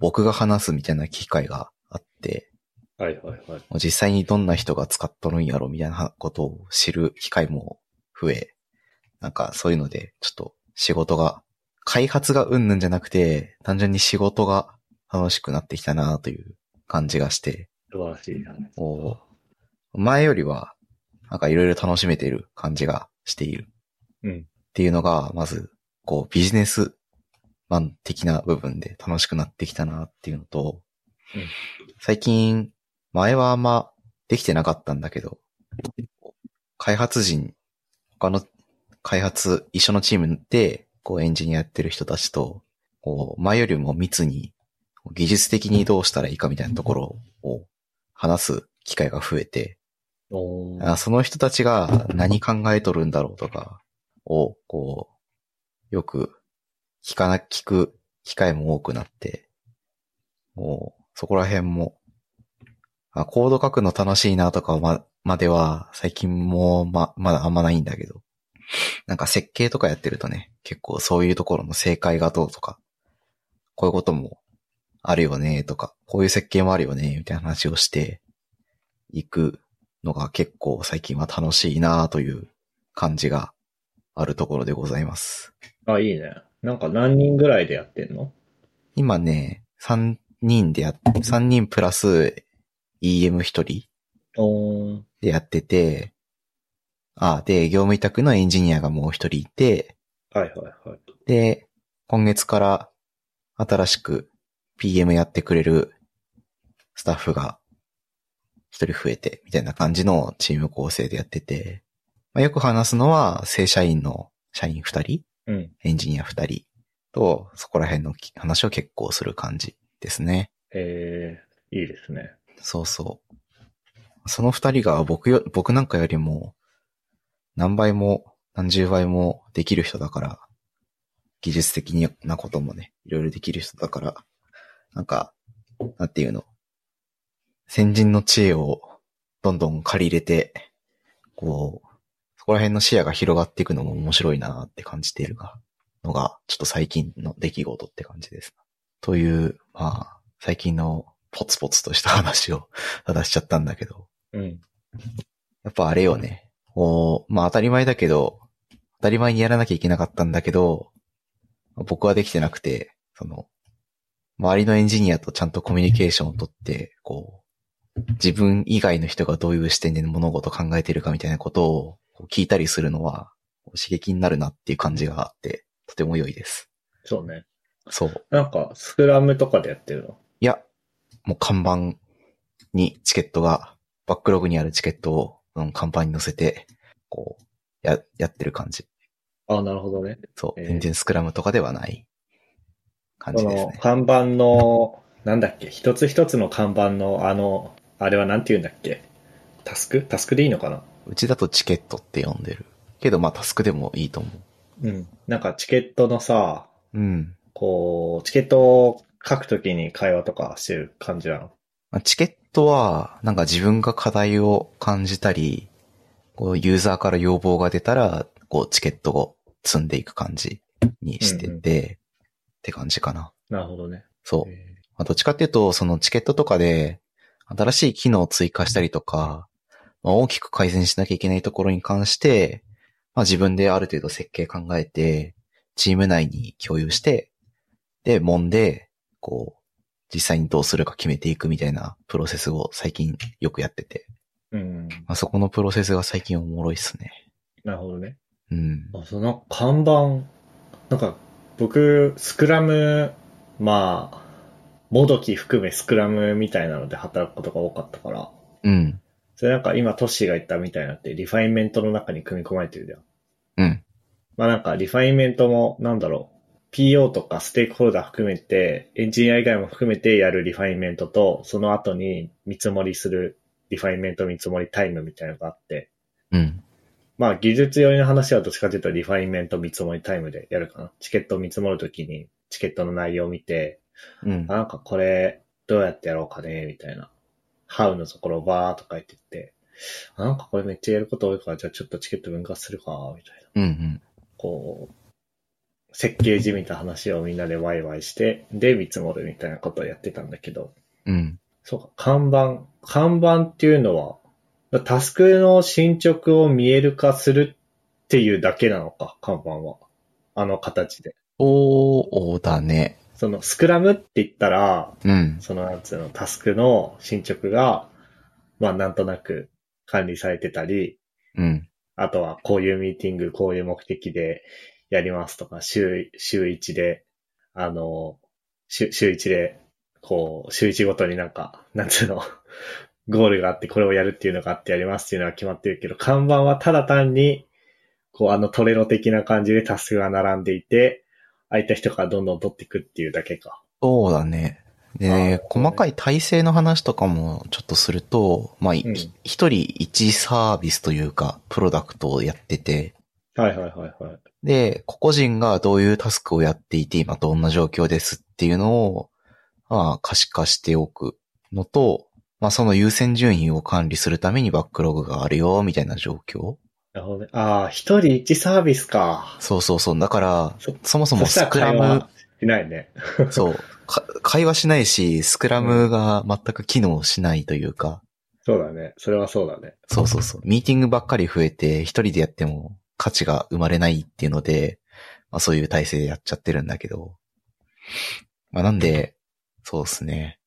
[SPEAKER 2] 僕が話すみたいな機会があって、
[SPEAKER 1] はいはいはい。
[SPEAKER 2] もう実際にどんな人が使っとるんやろみたいなことを知る機会も増え、なんかそういうので、ちょっと仕事が、開発がうんぬんじゃなくて、単純に仕事が楽しくなってきたなという感じがして、
[SPEAKER 1] 素晴らしいな。
[SPEAKER 2] こう前よりは、なんかいろいろ楽しめている感じがしている。
[SPEAKER 1] うん
[SPEAKER 2] っていうのが、まず、こう、ビジネスマン的な部分で楽しくなってきたなっていうのと、
[SPEAKER 1] うん
[SPEAKER 2] 最近、前はあんまできてなかったんだけど、開発人、他の開発、一緒のチームで、こう、エンジニアやってる人たちと、こう、前よりも密に、技術的にどうしたらいいかみたいなところを話す機会が増えて、
[SPEAKER 1] おー
[SPEAKER 2] あその人たちが何考えとるんだろうとかを、こう、よく聞かな、聞く機会も多くなって、もう、そこら辺も、あコード書くの楽しいなとかま、までは、最近もま、まだあんまないんだけど、なんか設計とかやってるとね、結構そういうところの正解がどうとか、こういうこともあるよねとか、こういう設計もあるよねみたいな話をしていくのが結構最近は楽しいなという感じがあるところでございます。
[SPEAKER 1] あ、いいね。なんか何人ぐらいでやってんの
[SPEAKER 2] 今ね、3人でやって、3人プラス EM1 人
[SPEAKER 1] おー
[SPEAKER 2] でやってて、あ、で、業務委託のエンジニアがもう1人いて、
[SPEAKER 1] はいはいはい。
[SPEAKER 2] で、今月から新しく PM やってくれるスタッフが一人増えて、みたいな感じのチーム構成でやってて、まあ、よく話すのは正社員の社員二人、
[SPEAKER 1] うん。
[SPEAKER 2] エンジニア二人と、そこら辺のき話を結構する感じですね。
[SPEAKER 1] えー、いいですね。
[SPEAKER 2] そうそう。その二人が僕よ、僕なんかよりも、何倍も、何十倍もできる人だから、技術的なこともね、いろいろできる人だから、なんか、なんていうの、先人の知恵をどんどん借り入れて、こう、そこら辺の視野が広がっていくのも面白いなって感じているが、のが、ちょっと最近の出来事って感じです。という、まあ、最近のポツポツとした話をただしちゃったんだけど、
[SPEAKER 1] うん。
[SPEAKER 2] やっぱあれよね。こう、まあ当たり前だけど、当たり前にやらなきゃいけなかったんだけど、僕はできてなくて、その、周りのエンジニアとちゃんとコミュニケーションをとって、こう、自分以外の人がどういう視点で物事を考えてるかみたいなことをこう聞いたりするのは、こう刺激になるなっていう感じがあって、とても良いです。
[SPEAKER 1] そうね。
[SPEAKER 2] そう。
[SPEAKER 1] なんか、スクラムとかでやってるの
[SPEAKER 2] いや、もう看板にチケットが、バックログにあるチケットを、うん、看板に載せて、こう、や、やってる感じ。
[SPEAKER 1] あ、なるほどね。
[SPEAKER 2] そう。
[SPEAKER 1] えー
[SPEAKER 2] 全然スクラムとかではない感
[SPEAKER 1] そ
[SPEAKER 2] じです
[SPEAKER 1] の
[SPEAKER 2] ね、。
[SPEAKER 1] 看板の、なんだっけ、一つ一つの看板の、あの、あれはなんて言うんだっけタスクタスクでいいのかな
[SPEAKER 2] うちだとチケットって呼んでる。けど、まあタスクでもいいと思
[SPEAKER 1] うん。なんかチケットのさ、
[SPEAKER 2] う。うん。
[SPEAKER 1] こう、チケットを書くときに会話とかしてる感じなの
[SPEAKER 2] まあチケットは、なんか自分が課題を感じたり、こうユーザーから要望が出たら、こうチケットを積んでいく感じにしてて、
[SPEAKER 1] うんうん
[SPEAKER 2] って感じかな。
[SPEAKER 1] なるほどね。
[SPEAKER 2] そう。
[SPEAKER 1] え
[SPEAKER 2] まあ、どっちかっていうと、そのチケットとかで、新しい機能を追加したりとか、まあ、大きく改善しなきゃいけないところに関して、まあ、自分である程度設計考えて、チーム内に共有して、で、揉んで、こう、実際にどうするか決めていくみたいなプロセスを最近よくやってて、
[SPEAKER 1] ーうん。
[SPEAKER 2] まあ、そこのプロセスが最近おもろいっすね。
[SPEAKER 1] なるほどね。
[SPEAKER 2] うん。
[SPEAKER 1] あその看板、なんか僕、スクラム、まあ、もどき含めスクラムみたいなので働くことが多かったから、
[SPEAKER 2] うん。
[SPEAKER 1] それなんか今トッシーが言ったみたいなってリファインメントの中に組み込まれてるじゃん。
[SPEAKER 2] うん。
[SPEAKER 1] まあなんかリファインメントもなんだろう。PO とかステークホルダー含めて、エンジニア以外も含めてやるリファインメントと、その後に見積もりするリファインメント見積もりタイムみたいなのがあって、
[SPEAKER 2] うん。
[SPEAKER 1] まあ技術寄りの話はどっちかというとリファインメント見積もりタイムでやるかな。チケットを見積もるときにチケットの内容を見て、
[SPEAKER 2] うん
[SPEAKER 1] あ。なんかこれどうやってやろうかねみたいな。ハウのところをバーっと書いてって、あなんかこれめっちゃやること多いから、じゃあちょっとチケット分割するか、みたいな。
[SPEAKER 2] うん。うん。
[SPEAKER 1] こう、設計じみた話をみんなでワイワイして、で見積もるみたいなことをやってたんだけど、
[SPEAKER 2] うん。
[SPEAKER 1] そうか、看板。看板っていうのは、タスクの進捗を見える化するっていうだけなのか、看板は。あの形で。
[SPEAKER 2] おー、だね。
[SPEAKER 1] その、スクラムって言ったら、
[SPEAKER 2] うん。
[SPEAKER 1] その、なんつうの、タスクの進捗が、まあ、なんとなく管理されてたり、
[SPEAKER 2] うん。
[SPEAKER 1] あとは、こういうミーティング、こういう目的でやりますとか、週、週1で、あの、週、週1で、こう、週1ごとになんか、なんつうの、ゴールがあって、これをやるっていうのがあってやりますっていうのは決まってるけど、看板はただ単に、こう、あのトレロ的な感じでタスクが並んでいて、空いた人からどんどん取っていくっていうだけか。
[SPEAKER 2] そうだね。で、
[SPEAKER 1] あーなる
[SPEAKER 2] ね、
[SPEAKER 1] ほどね
[SPEAKER 2] 細かい体制の話とかもちょっとすると、まあ、い
[SPEAKER 1] うん
[SPEAKER 2] 一、人一サービスというか、プロダクトをやってて、
[SPEAKER 1] はいはいはいはい。
[SPEAKER 2] で、個々人がどういうタスクをやっていて、今どんな状況ですっていうのを、まあ、可視化しておくのと、まあ、その優先順位を管理するためにバックログがあるよ、みたいな状況。
[SPEAKER 1] なるほどね。ああ、一人一サービスか。
[SPEAKER 2] そうそうそう。だから、
[SPEAKER 1] そ、
[SPEAKER 2] そも
[SPEAKER 1] そ
[SPEAKER 2] そも
[SPEAKER 1] した
[SPEAKER 2] ス
[SPEAKER 1] ら
[SPEAKER 2] クラ
[SPEAKER 1] 会
[SPEAKER 2] ム
[SPEAKER 1] 話、しないね。
[SPEAKER 2] そう、か会話しないし、スクラムが全く機能しないというか、
[SPEAKER 1] そうだね。それはそうだね。
[SPEAKER 2] そうそうそう。ミーティングばっかり増えて、一人でやっても価値が生まれないっていうので、まあそういう体制でやっちゃってるんだけど。まあなんで、そうですね。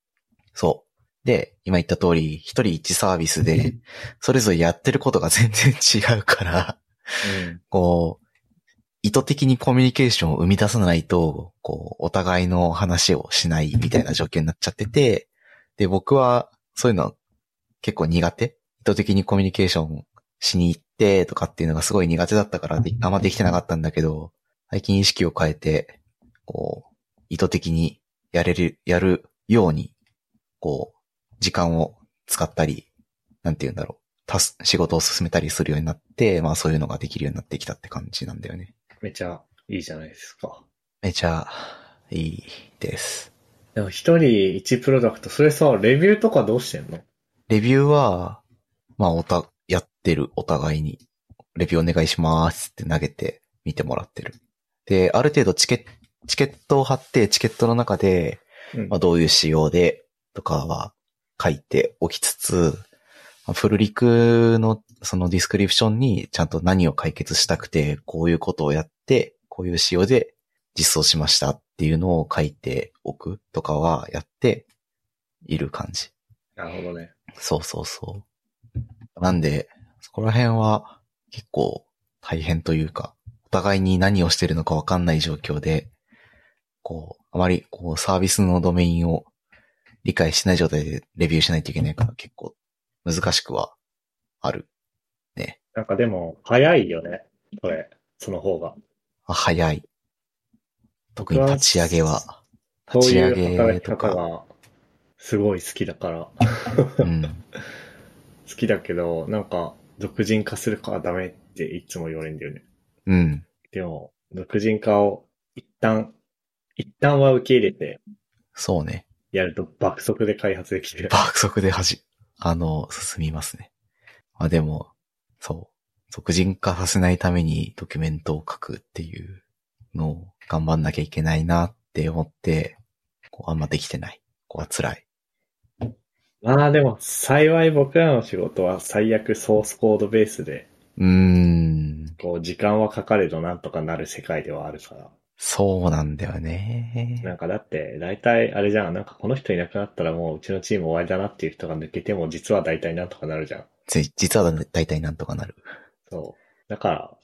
[SPEAKER 2] そう。で、今言った通り、一人一サービスで、それぞれやってることが全然違うから、
[SPEAKER 1] うん。
[SPEAKER 2] こう、意図的にコミュニケーションを生み出さないと、こう、お互いの話をしないみたいな状況になっちゃってて、で、僕は、そういうの結構苦手意図的にコミュニケーションしに行ってとかっていうのがすごい苦手だったから、であんまできてなかったんだけど、最近意識を変えて、こう、意図的にやれる、やるように、こう、時間を使ったり、なんて言うんだろう。たす、仕事を進めたりするようになって、まあそういうのができるようになってきたって感じなんだよね。
[SPEAKER 1] めちゃいいじゃないですか。
[SPEAKER 2] めちゃいいです。
[SPEAKER 1] でも一人一プロダクト、それさ、レビューとかどうしてんの
[SPEAKER 2] レビューは、まあ、おた、やってる、お互いに。レビューお願いしますって投げて見てもらってる。で、ある程度チケット、チケットを貼って、チケットの中で、
[SPEAKER 1] うん
[SPEAKER 2] まあ、どういう仕様でとかは書いておきつつ、まあフルリクのそのディスクリプションにちゃんと何を解決したくて、こういうことをやって、こういう仕様で実装しましたっていうのを書いておくとかはやっている感じ。
[SPEAKER 1] なるほどね。
[SPEAKER 2] そうそうそう。なんで、そこら辺は結構大変というか、お互いに何をしてるのかわかんない状況で、こう、あまりこうサービスのドメインを理解しない状態でレビューしないといけないから結構難しくはある。
[SPEAKER 1] なんかでも、早いよね。これ、その方が。
[SPEAKER 2] あ早い。特に立ち上げは。
[SPEAKER 1] そう
[SPEAKER 2] 立ち上
[SPEAKER 1] いう働
[SPEAKER 2] げ
[SPEAKER 1] き
[SPEAKER 2] と
[SPEAKER 1] 方
[SPEAKER 2] か。
[SPEAKER 1] が、すごい好きだから。
[SPEAKER 2] うん。
[SPEAKER 1] 好きだけど、なんか、俗人化するからダメっていつも言われるんだよね。
[SPEAKER 2] うん。
[SPEAKER 1] でも、独人化を一旦、一旦は受け入れて
[SPEAKER 2] そうね。
[SPEAKER 1] やると爆速で開発できる。
[SPEAKER 2] 爆速ではじ、あの、進みますね。まあでも、そう。俗人化させないためにドキュメントを書くっていうのを頑張んなきゃいけないなって思って、こうあんまできてない。ここは辛い。
[SPEAKER 1] まあでも、幸い僕らの仕事は最悪ソースコードベースで、
[SPEAKER 2] うーん。
[SPEAKER 1] こう、時間はかかれどなんとかなる世界ではあるから。
[SPEAKER 2] そうなんだよね。
[SPEAKER 1] なんかだって、大体あれじゃん、なんかこの人いなくなったらもううちのチーム終わりだなっていう人が抜けても実は大体なんとかなるじゃん。
[SPEAKER 2] つ実はだいたいなんとかなる。
[SPEAKER 1] そう。だから、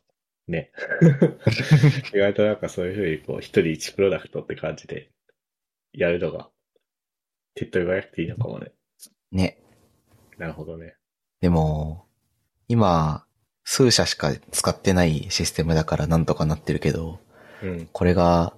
[SPEAKER 1] ね。意外となんかそういうふうに、こう、一人一プロダクトって感じで、やるのが、手っ取り早くていいのかもね。
[SPEAKER 2] ね。
[SPEAKER 1] なるほどね。
[SPEAKER 2] でも、今、数社しか使ってないシステムだからなんとかなってるけど、
[SPEAKER 1] うん。
[SPEAKER 2] これが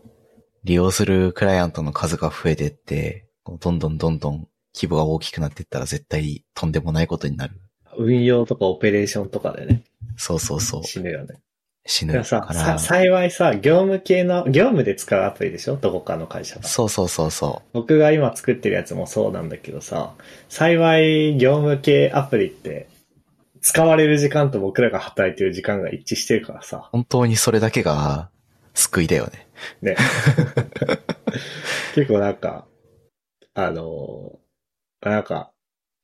[SPEAKER 2] 利用するクライアントの数が増えてって、こうどんどんどんどん規模が大きくなっていったら絶対とんでもないことになる。
[SPEAKER 1] 運用とかオペレーションとかでね、
[SPEAKER 2] そうそうそう。
[SPEAKER 1] 死ぬよね。
[SPEAKER 2] 死
[SPEAKER 1] で
[SPEAKER 2] ぬ
[SPEAKER 1] も
[SPEAKER 2] か
[SPEAKER 1] ささ、
[SPEAKER 2] ら。
[SPEAKER 1] 幸いさ、業務系の、業務で使うアプリでしょどこかの会社が。
[SPEAKER 2] そうそうそうそう。
[SPEAKER 1] 僕が今作ってるやつもそうなんだけどさ、幸い業務系アプリって、使われる時間と僕らが働いてる時間が一致してるからさ、
[SPEAKER 2] 本当にそれだけが救いだよね。
[SPEAKER 1] ね。結構なんか、あのーなんか、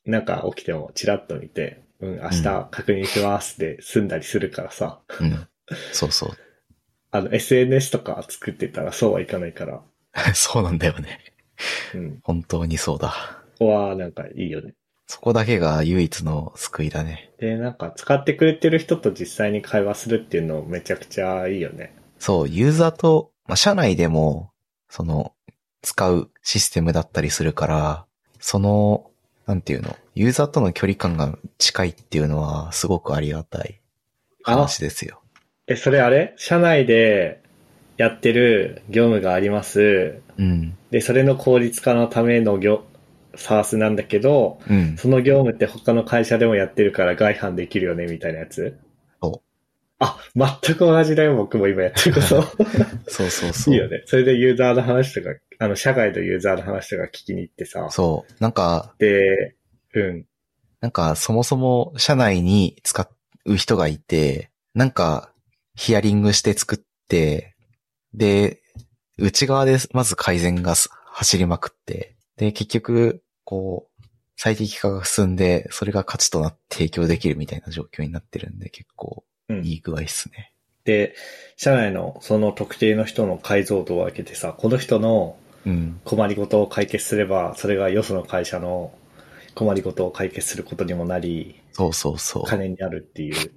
[SPEAKER 1] なんか起きてもチラッと見て、うん、明日確認しますって済んだりするからさ、
[SPEAKER 2] うん。そうそう。
[SPEAKER 1] あの、SNS とか作ってたらそうはいかないから、
[SPEAKER 2] そうなんだよね。
[SPEAKER 1] うん、こ
[SPEAKER 2] 本当にそうだ。
[SPEAKER 1] こはなんかいいよね。
[SPEAKER 2] そこだけが唯一の救いだね。
[SPEAKER 1] で、なんか使ってくれてる人と実際に会話するっていうのめちゃくちゃいいよね。
[SPEAKER 2] そう、ユーザーと、まあ、社内でも、その、使うシステムだったりするから、その、なんていうの、ユーザーとの距離感が近いっていうのは、すごくありがたい話ですよ。
[SPEAKER 1] え、それあれ社内でやってる業務があります。
[SPEAKER 2] うん。
[SPEAKER 1] で、それの効率化のための業、サースなんだけど、
[SPEAKER 2] うん。
[SPEAKER 1] その業務って他の会社でもやってるから外反できるよね、みたいなやつ
[SPEAKER 2] そう
[SPEAKER 1] あ、全く同じだよ、僕も今やってること
[SPEAKER 2] そうそうそう。
[SPEAKER 1] いいよね。それでユーザーの話とか、あの、社外のユーザーの話とか聞きに行ってさ。
[SPEAKER 2] そう。なんか、
[SPEAKER 1] で、うん。
[SPEAKER 2] なんか、そもそも社内に使う人がいて、なんか、ヒアリングして作って、で、内側でまず改善がす走りまくって、で、結局、こう、最適化が進んで、それが価値となって提供できるみたいな状況になってるんで、結構
[SPEAKER 1] うん
[SPEAKER 2] いい具合っすね。
[SPEAKER 1] で、社内のその特定の人の解像度を上げてさ、この人の
[SPEAKER 2] うん。
[SPEAKER 1] 困りごとを解決すれば、それがよその会社の困りごとを解決することにもなり、
[SPEAKER 2] そうそうそう。
[SPEAKER 1] 金になるっていう、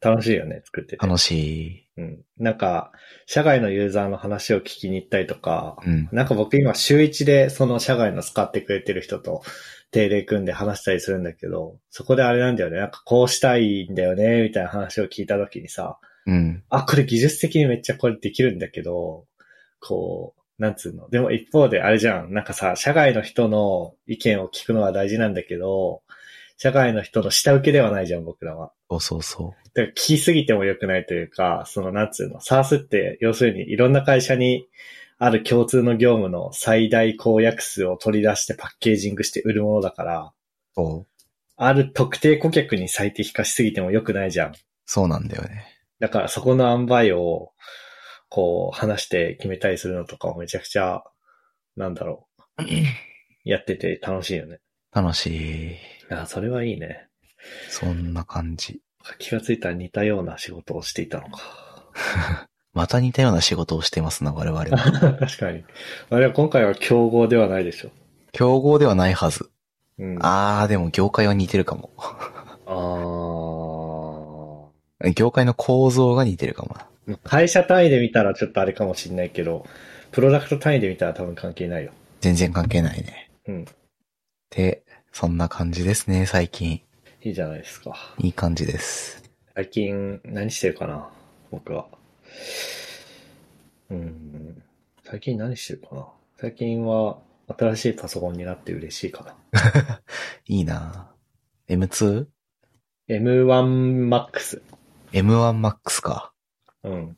[SPEAKER 1] 楽しいよね、作ってて。
[SPEAKER 2] 楽しい。
[SPEAKER 1] うん。なんか、社外のユーザーの話を聞きに行ったりとか、
[SPEAKER 2] うん。
[SPEAKER 1] なんか僕今週一でその社外の使ってくれてる人と定例組んで話したりするんだけど、そこであれなんだよね、なんかこうしたいんだよね、みたいな話を聞いた時にさ、
[SPEAKER 2] うん。
[SPEAKER 1] あ、これ技術的にめっちゃこれできるんだけど、こう、なんつうの。でも一方であれじゃん、なんかさ、社外の人の意見を聞くのは大事なんだけど、社外の人の下請けではないじゃん、僕らは。
[SPEAKER 2] そうそうそ
[SPEAKER 1] だから聞きすぎても良くないというか、そのなんつうの、サースって要するにいろんな会社にある共通の業務の最大公約数を取り出してパッケージングして売るものだから、
[SPEAKER 2] そう。
[SPEAKER 1] ある特定顧客に最適化しすぎても良くないじゃん。
[SPEAKER 2] そうなんだよね。
[SPEAKER 1] だからそこの塩梅を、こう、話して決めたりするのとかをめちゃくちゃ、なんだろう。やってて楽しいよね。
[SPEAKER 2] 楽しい。
[SPEAKER 1] あ、それはいいね。
[SPEAKER 2] そんな感じ。
[SPEAKER 1] 気がついたら似たような仕事をしていたのか。
[SPEAKER 2] また似たような仕事をしてますな、我々は。
[SPEAKER 1] 確かに。あれは今回は競合ではないでしょ。
[SPEAKER 2] 競合ではないはず。
[SPEAKER 1] うん。
[SPEAKER 2] あー、でも業界は似てるかも。
[SPEAKER 1] あー
[SPEAKER 2] 業界の構造が似てるかもな。
[SPEAKER 1] 会社単位で見たらちょっとあれかもしんないけど、プロダクト単位で見たら多分関係ないよ。
[SPEAKER 2] 全然関係ないね。
[SPEAKER 1] うん。
[SPEAKER 2] で、そんな感じですね、最近。
[SPEAKER 1] いいじゃないですか。
[SPEAKER 2] いい感じです。
[SPEAKER 1] 最近何してるかな僕は。うん。最近何してるかな最近は新しいパソコンになって嬉しいかな。
[SPEAKER 2] いいな M2?M1
[SPEAKER 1] M1MAX。
[SPEAKER 2] Max か。
[SPEAKER 1] うん。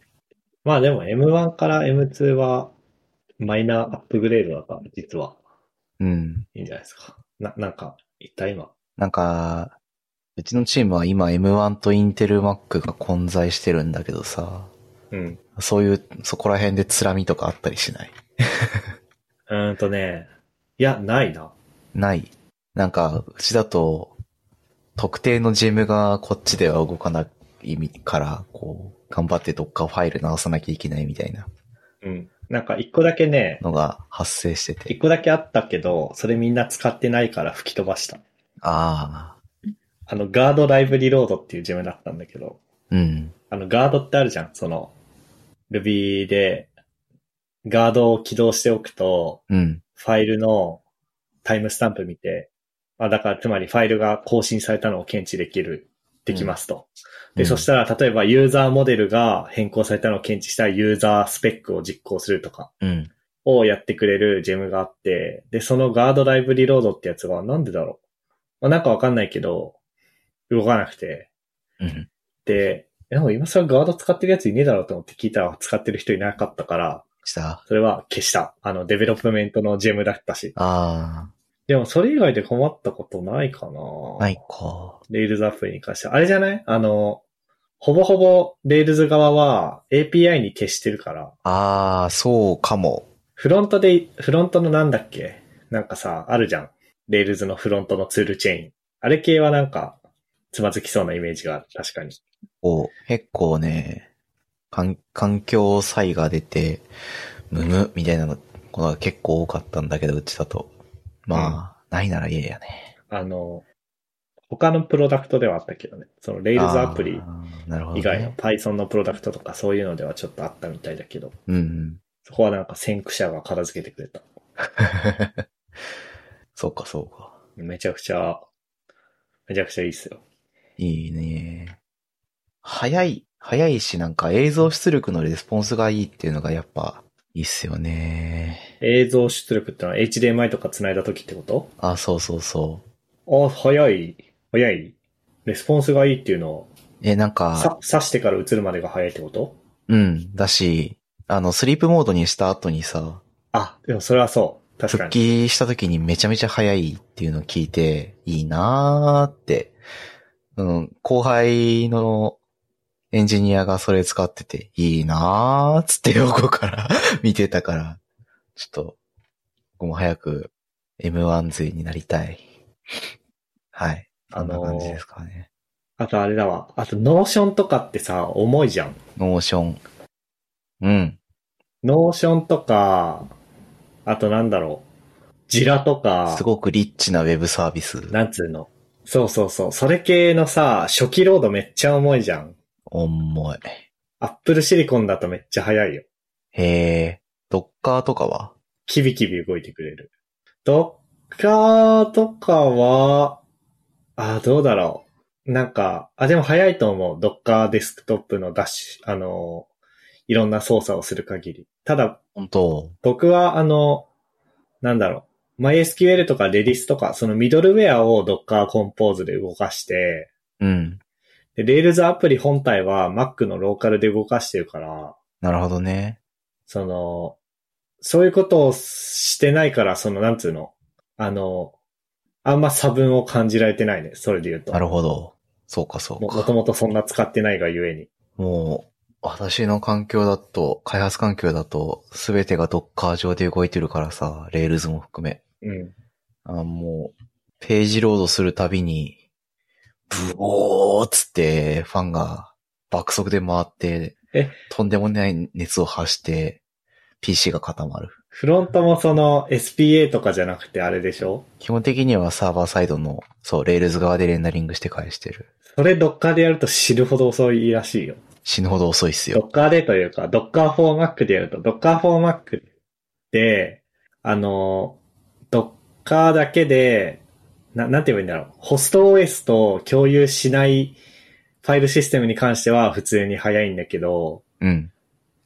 [SPEAKER 1] まあでも M1 から M2 はマイナーアップグレードだから、実は
[SPEAKER 2] うん。
[SPEAKER 1] いいんじゃないですか。な、なんか、言った今。
[SPEAKER 2] なんか、うちのチームは今 M1 とインテル Mac が混在してるんだけどさ、
[SPEAKER 1] うん。
[SPEAKER 2] そういう、そこら辺でつらみとかあったりしないう
[SPEAKER 1] ーんとね、いや、ないな。
[SPEAKER 2] ない。なんか、うちだと、特定のジムがこっちでは動かないから、こう、頑張ってどっかファイル直さなきゃいけないみたいな
[SPEAKER 1] うん。なんか一個だけね、
[SPEAKER 2] のが発生して
[SPEAKER 1] 一
[SPEAKER 2] て。
[SPEAKER 1] 個だけあったけど、それみんな使ってないから吹き飛ばした。
[SPEAKER 2] あ
[SPEAKER 1] あの、ガードライブリロードっていうジムだったんだけど、
[SPEAKER 2] あ、うん。
[SPEAKER 1] あの、ガードってあるじゃん。その、Ruby で、ガードを起動しておくと、
[SPEAKER 2] うん。
[SPEAKER 1] ファイルのタイムスタンプ見て、まあだからつまりファイルが更新されたのを検知できる、できますと。で、
[SPEAKER 2] うん
[SPEAKER 1] そしたら例えばユーザーモデルが変更されたのを検知したらユーザースペックを実行するとか、
[SPEAKER 2] うん。
[SPEAKER 1] をやってくれるジェムがあって、で、そのガードライブリロードってやつが、なんでだろう。まあ、なんかわかんないけど、動かなくて。
[SPEAKER 2] うん。
[SPEAKER 1] で、でも今更ガード使ってるやついねえだろうと思って聞いたら、使ってる人いなかったから、
[SPEAKER 2] した。
[SPEAKER 1] それは消した。あの、デベロップメントのジェムだったし。
[SPEAKER 2] あ
[SPEAKER 1] でも、それ以外で困ったことないかな
[SPEAKER 2] あ、ないか。
[SPEAKER 1] レイルズアプリに関しては。あれじゃないあの、ほぼほぼ、レイルズ側は API に消してるから、
[SPEAKER 2] ああ、そうかも。
[SPEAKER 1] フロントで、フロントのなんだっけなんかさ、あるじゃん。レールズのフロントのツールチェイン。あれ系はなんか、つまずきそうなイメージがある。確かに。
[SPEAKER 2] こう、結構ね、環環境差異が出て、むむ、みたいなの、ことが結構多かったんだけど、うちだと。まあ、ないなら家やね。
[SPEAKER 1] あの、他のプロダクトではあったけどね。そのレールズアプリ
[SPEAKER 2] あーなるほど、ね。
[SPEAKER 1] 以外の Python のプロダクトとかそういうのではちょっとあったみたいだけど、
[SPEAKER 2] うんうん。
[SPEAKER 1] そこはなんか先駆者が片付けてくれた。
[SPEAKER 2] そうか、そうか。
[SPEAKER 1] めちゃくちゃ、めちゃくちゃいいっすよ。
[SPEAKER 2] いいね。早い、早いし、なんか映像出力のレスポンスがいいっていうのがやっぱいいっすよね。
[SPEAKER 1] 映像出力ってのは HDMI とか繋いだ時ってこと
[SPEAKER 2] あ、そうそうそう。
[SPEAKER 1] あ、早い。早い。レスポンスがいいっていうのを
[SPEAKER 2] え、なんか、
[SPEAKER 1] さ、刺してから映るまでが早いってこと
[SPEAKER 2] うん、だし、あの、スリープモードにした後にさ、
[SPEAKER 1] あ、でもそれはそう。確か
[SPEAKER 2] 復
[SPEAKER 1] に。
[SPEAKER 2] 帰した時にめちゃめちゃ早いっていうのを聞いて、いいなーって。うん、後輩のエンジニアがそれ使ってて、いいなーっつって横から 見てたから、ちょっと、僕も早く M1 勢になりたい。はい。
[SPEAKER 1] あ
[SPEAKER 2] あんな
[SPEAKER 1] の
[SPEAKER 2] 感じで
[SPEAKER 1] ー
[SPEAKER 2] す、かね。
[SPEAKER 1] あとあれだわ。あと、ノーションとかってさ、重いじゃん。
[SPEAKER 2] ノーション。うん。
[SPEAKER 1] ノーションとか、あとなんだろう。ジラとか
[SPEAKER 2] す、ごくリッチなウェブサービス。
[SPEAKER 1] なんつうの。そうそうそう。それ系のさ、初期ロードめっちゃ重いじゃん。
[SPEAKER 2] 重い。
[SPEAKER 1] アップルシリコンだとめっちゃ早いよ。
[SPEAKER 2] へえ。ドッカーとかは
[SPEAKER 1] キビキビ動いてくれる。ドッカーとかは、あ、どうだろう。なんか、あ、でも早いと思う。ドッカーデスクトップのダッシュ、あの、いろんな操作をする限り。ただ、
[SPEAKER 2] 本当
[SPEAKER 1] 僕はあの、なんだろう。MySQL とか Redis とか、そのミドルウェアを Docker Compose で動かして、
[SPEAKER 2] うん。
[SPEAKER 1] で、Rails アプリ本体は Mac のローカルで動かしてるから、
[SPEAKER 2] なるほどね。
[SPEAKER 1] その、そういうことをしてないから、その、なんつうの、あの、あんま差分を感じられてないね。それで言うと。
[SPEAKER 2] なるほど。そうか、そう
[SPEAKER 1] も
[SPEAKER 2] か。
[SPEAKER 1] もともとそんな使ってないがゆえに。
[SPEAKER 2] もう、私の環境だと、開発環境だと、すべてが Docker 上で動いてるからさ、Rails も含め。
[SPEAKER 1] うん。
[SPEAKER 2] あもう、ページロードするたびに、ブオーっつって、ファンが爆速で回って
[SPEAKER 1] え、
[SPEAKER 2] とんでもない熱を発して、PC が固まる。
[SPEAKER 1] フロントもその SPA とかじゃなくてあれでしょ
[SPEAKER 2] 基本的にはサーバーサイドの、そう、Rails 側でレンダリングして返してる。
[SPEAKER 1] それ Docker でやると死ぬほど遅いらしいよ。
[SPEAKER 2] 死ぬほど遅いっすよ。
[SPEAKER 1] Docker でというか、Docker for Mac でやると、Docker for Mac で、あの、Docker だけで、な、なんて言えばいいんだろう。ホスト OS と共有しないファイルシステムに関しては普通に早いんだけど、
[SPEAKER 2] うん。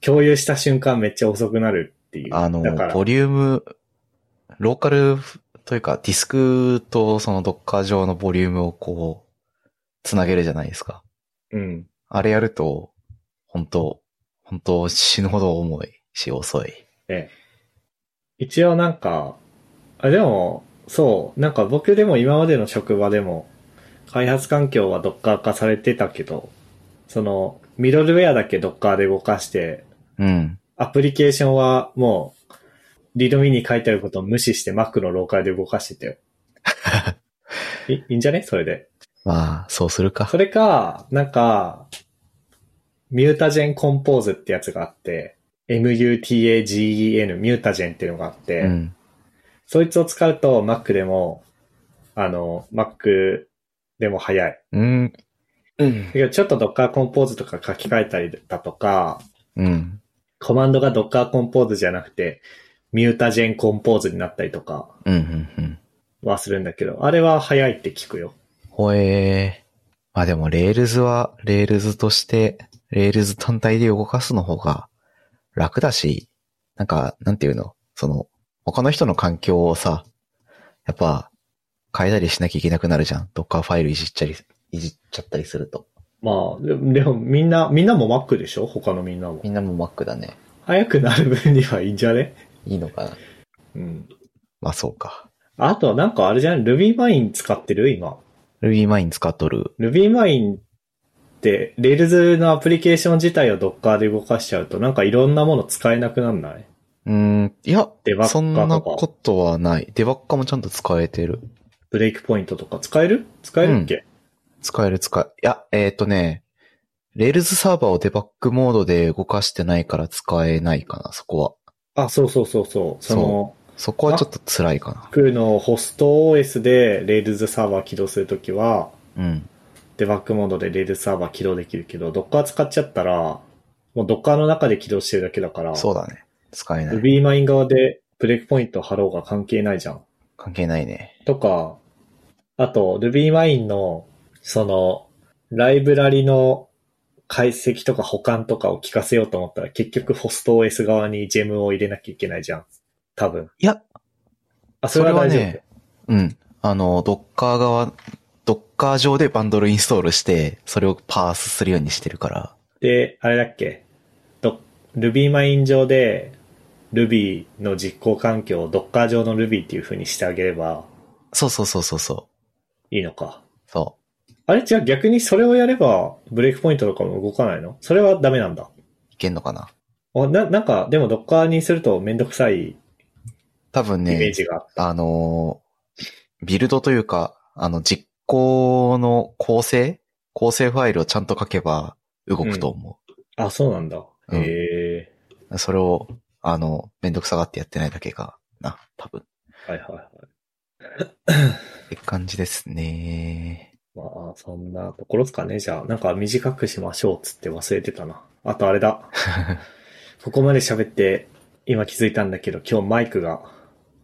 [SPEAKER 1] 共有した瞬間めっちゃ遅くなるっていう。
[SPEAKER 2] あの
[SPEAKER 1] だか、ら
[SPEAKER 2] ボリューム、ローカルというか、ディスクとその Docker 上のボリュームをこう、つなげるじゃないですか。
[SPEAKER 1] うん。
[SPEAKER 2] あれやると、本当本当死ぬほど重いし遅い。
[SPEAKER 1] ええ。一応なんか、あ、でも、そう、なんか僕でも今までの職場でも、開発環境は Docker 化されてたけど、その、ミドルウェアだけ Docker で動かして、
[SPEAKER 2] うん。
[SPEAKER 1] アプリケーションはもう、リードミに書いてあることを無視して Mac のローカルで動かしてたよ。いいいんじゃねそれで。
[SPEAKER 2] まあ、そうするか
[SPEAKER 1] そ。れか、なんか、ミュータジェンコンポーズってやつがあって、MUTAGEN、ミュータジェンっていうのがあって、
[SPEAKER 2] うん。
[SPEAKER 1] そいつを使うと Mac でも、あの、Mac でも早い。
[SPEAKER 2] うん。うん
[SPEAKER 1] だ。けどちょっと Docker Compose とか書き換えたりだとか、
[SPEAKER 2] うん。
[SPEAKER 1] コマンドが Docker Compose じゃなくて、MutaGen Compose になったりとか
[SPEAKER 2] うん。うん。うん。
[SPEAKER 1] はするんだけど、あれは早いって聞くよ。
[SPEAKER 2] ほえー。まあでも、Rails は、Rails として、Rails 単体で動かすの方が楽だし、なんか、なんていうのその、他の人の環境をさ、やっぱ、変えたりしなきゃいけなくなるじゃん。Docker ファイルいじっちゃり、いじっちゃったりすると。
[SPEAKER 1] まあ、ででもみんな、みんなも Mac でしょ他のみんなも
[SPEAKER 2] み。んなも Mac だね。
[SPEAKER 1] 早くなる分にはいいんじゃね
[SPEAKER 2] いいのかな
[SPEAKER 1] うん。
[SPEAKER 2] まあそうか。
[SPEAKER 1] あとなんかあれじゃん ?RubyMine 使ってる今。
[SPEAKER 2] RubyMine 使っとる。
[SPEAKER 1] RubyMine って、Rails のアプリケーション自体を Docker で動かしちゃうと、なんかいろんなもの使えなくなんないう
[SPEAKER 2] ーん、いや
[SPEAKER 1] デバッ、カーとか
[SPEAKER 2] そんなことはない。デバッカーもちゃんと使えてる。
[SPEAKER 1] ブレイクポイントとか使える使えるっけ、
[SPEAKER 2] 使える使え、いや、えっ、とね、Rails サーバーをデバッグモードで動かしてないから使えないかな、そこは。
[SPEAKER 1] あ、そうそうそうそう。その、
[SPEAKER 2] そこはちょっと辛いか
[SPEAKER 1] 空のホスト OS で Rails サーバー起動するときは、
[SPEAKER 2] な。うん。
[SPEAKER 1] デバッグモードで Rails サーバー起動できるけど、Docker 使っちゃったら、もう Docker の中で起動してるだけだから、
[SPEAKER 2] そうだね。使えない。
[SPEAKER 1] RubyMine 側でブレイクポイント貼ろうが関係ないじゃん。
[SPEAKER 2] 関係ないね。
[SPEAKER 1] とか、あと RubyMine の、その、ライブラリの解析とか保管とかを聞かせようと思ったら、結局ホスト OS 側にジェムを入れなきゃいけないじゃん。多分。
[SPEAKER 2] いや、
[SPEAKER 1] あ、それは大丈夫。
[SPEAKER 2] それはねうん。あの、Docker 側、Docker 上でバンドルインストールして、それをパースするようにしてるから。
[SPEAKER 1] で、あれだっけど ?RubyMine 上で Ruby の実行環境を Docker 上の Ruby っていう風にしてあげれば
[SPEAKER 2] そうそうそうそうそ
[SPEAKER 1] いいのか。
[SPEAKER 2] う。そ
[SPEAKER 1] あれじゃあ逆にそれをやればブレイクポイントとかも動かないのそれはダメなんだ。
[SPEAKER 2] う。いけんのかな。
[SPEAKER 1] あな、なんか、でも Docker にするとめんどくさいイ
[SPEAKER 2] 多分ね。
[SPEAKER 1] メージがあった。
[SPEAKER 2] あのー、ビルドというか、あの、実行の構成構成ファイルをちゃんと書けば動くと思
[SPEAKER 1] あ、そうなんだ。
[SPEAKER 2] うん
[SPEAKER 1] へえ。
[SPEAKER 2] う。それを、あの、めんどくさがってやってないだけかな、多分。
[SPEAKER 1] はいはいはい。
[SPEAKER 2] って感じですね。
[SPEAKER 1] まあ、そんなところですかね。じゃあ、なんか短くしましょうっつって忘れてたな。あとあれ だ。ここまで喋って、今気づいたんだけど、今日マイクが、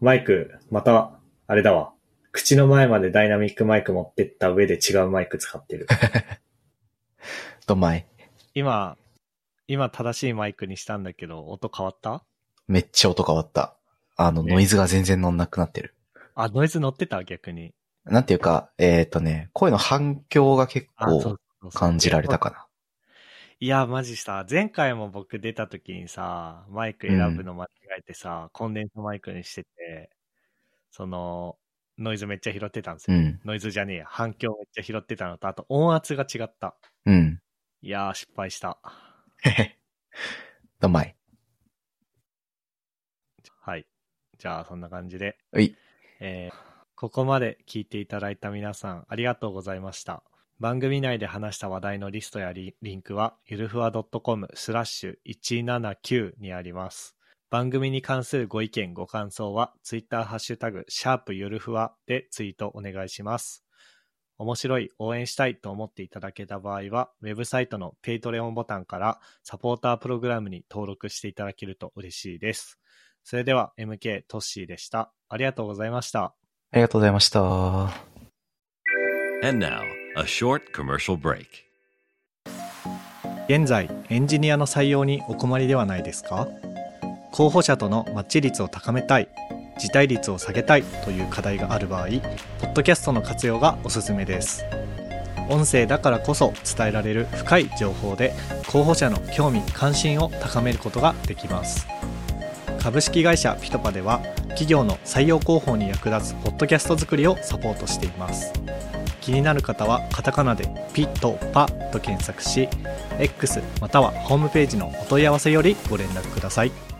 [SPEAKER 1] マイク、また、あれだわ。口の前までダイナミックマイク持ってった上で違うマイク使ってる。
[SPEAKER 2] と前、
[SPEAKER 1] 今、今正しいマイクにしたんだけど、音変わった
[SPEAKER 2] めっちゃ音変わった。あの、
[SPEAKER 1] ね
[SPEAKER 2] ノイズが全然乗んなくなってる。
[SPEAKER 1] あ、ノイズ乗ってた逆に。
[SPEAKER 2] なんていうか、えっ、とね、声の反響が結構感じられたかな。
[SPEAKER 1] いや、マジさ、前回も僕出た時にさ、マイク選ぶの間違えてさ、コンデンサマイクにしてて、その、ノイズめっちゃ拾ってたんです
[SPEAKER 2] う
[SPEAKER 1] よ。
[SPEAKER 2] ん。
[SPEAKER 1] ノイズじゃねえや、反響めっちゃ拾ってたのと、あと音圧が違った。
[SPEAKER 2] うん。
[SPEAKER 1] いやー、失敗した。
[SPEAKER 2] へへ。うまい。
[SPEAKER 1] はい。じゃあ、そんな感じで。
[SPEAKER 2] うい。
[SPEAKER 1] えーここまで聞いていただいた皆さん、ありがとうございました。番組内で話した話題のリストやリリンクは、ゆるふわ .com スラッシュ179にあります。番組に関するご意見、ご感想は、ツイッターハッシュタグ、シャープゆるふわでツイートお願いします。面白い、応援したいと思っていただけた場合は、ウェブサイトのペイトレオンボタンからサポータープログラムに登録していただけると嬉しいです。それでは MK トッシーでした。ありがとうございました。
[SPEAKER 2] ありがとうございました。
[SPEAKER 3] And now, a short commercial break.
[SPEAKER 1] 現在エンジニアの採用にお困りではないですか候補者とのマッチ率を高めたい辞退率を下げたいという課題がある場合ポッドキャストの活用がおすすめです音声だからこそ伝えられる深い情報で候補者の興味関心を高めることができます株式会社ピトパでは企業の採用広報に役立つポッドキャスト作りをサポートしています気になる方はカタカナでピトパと検索し X またはホームページのお問い合わせよりご連絡ください。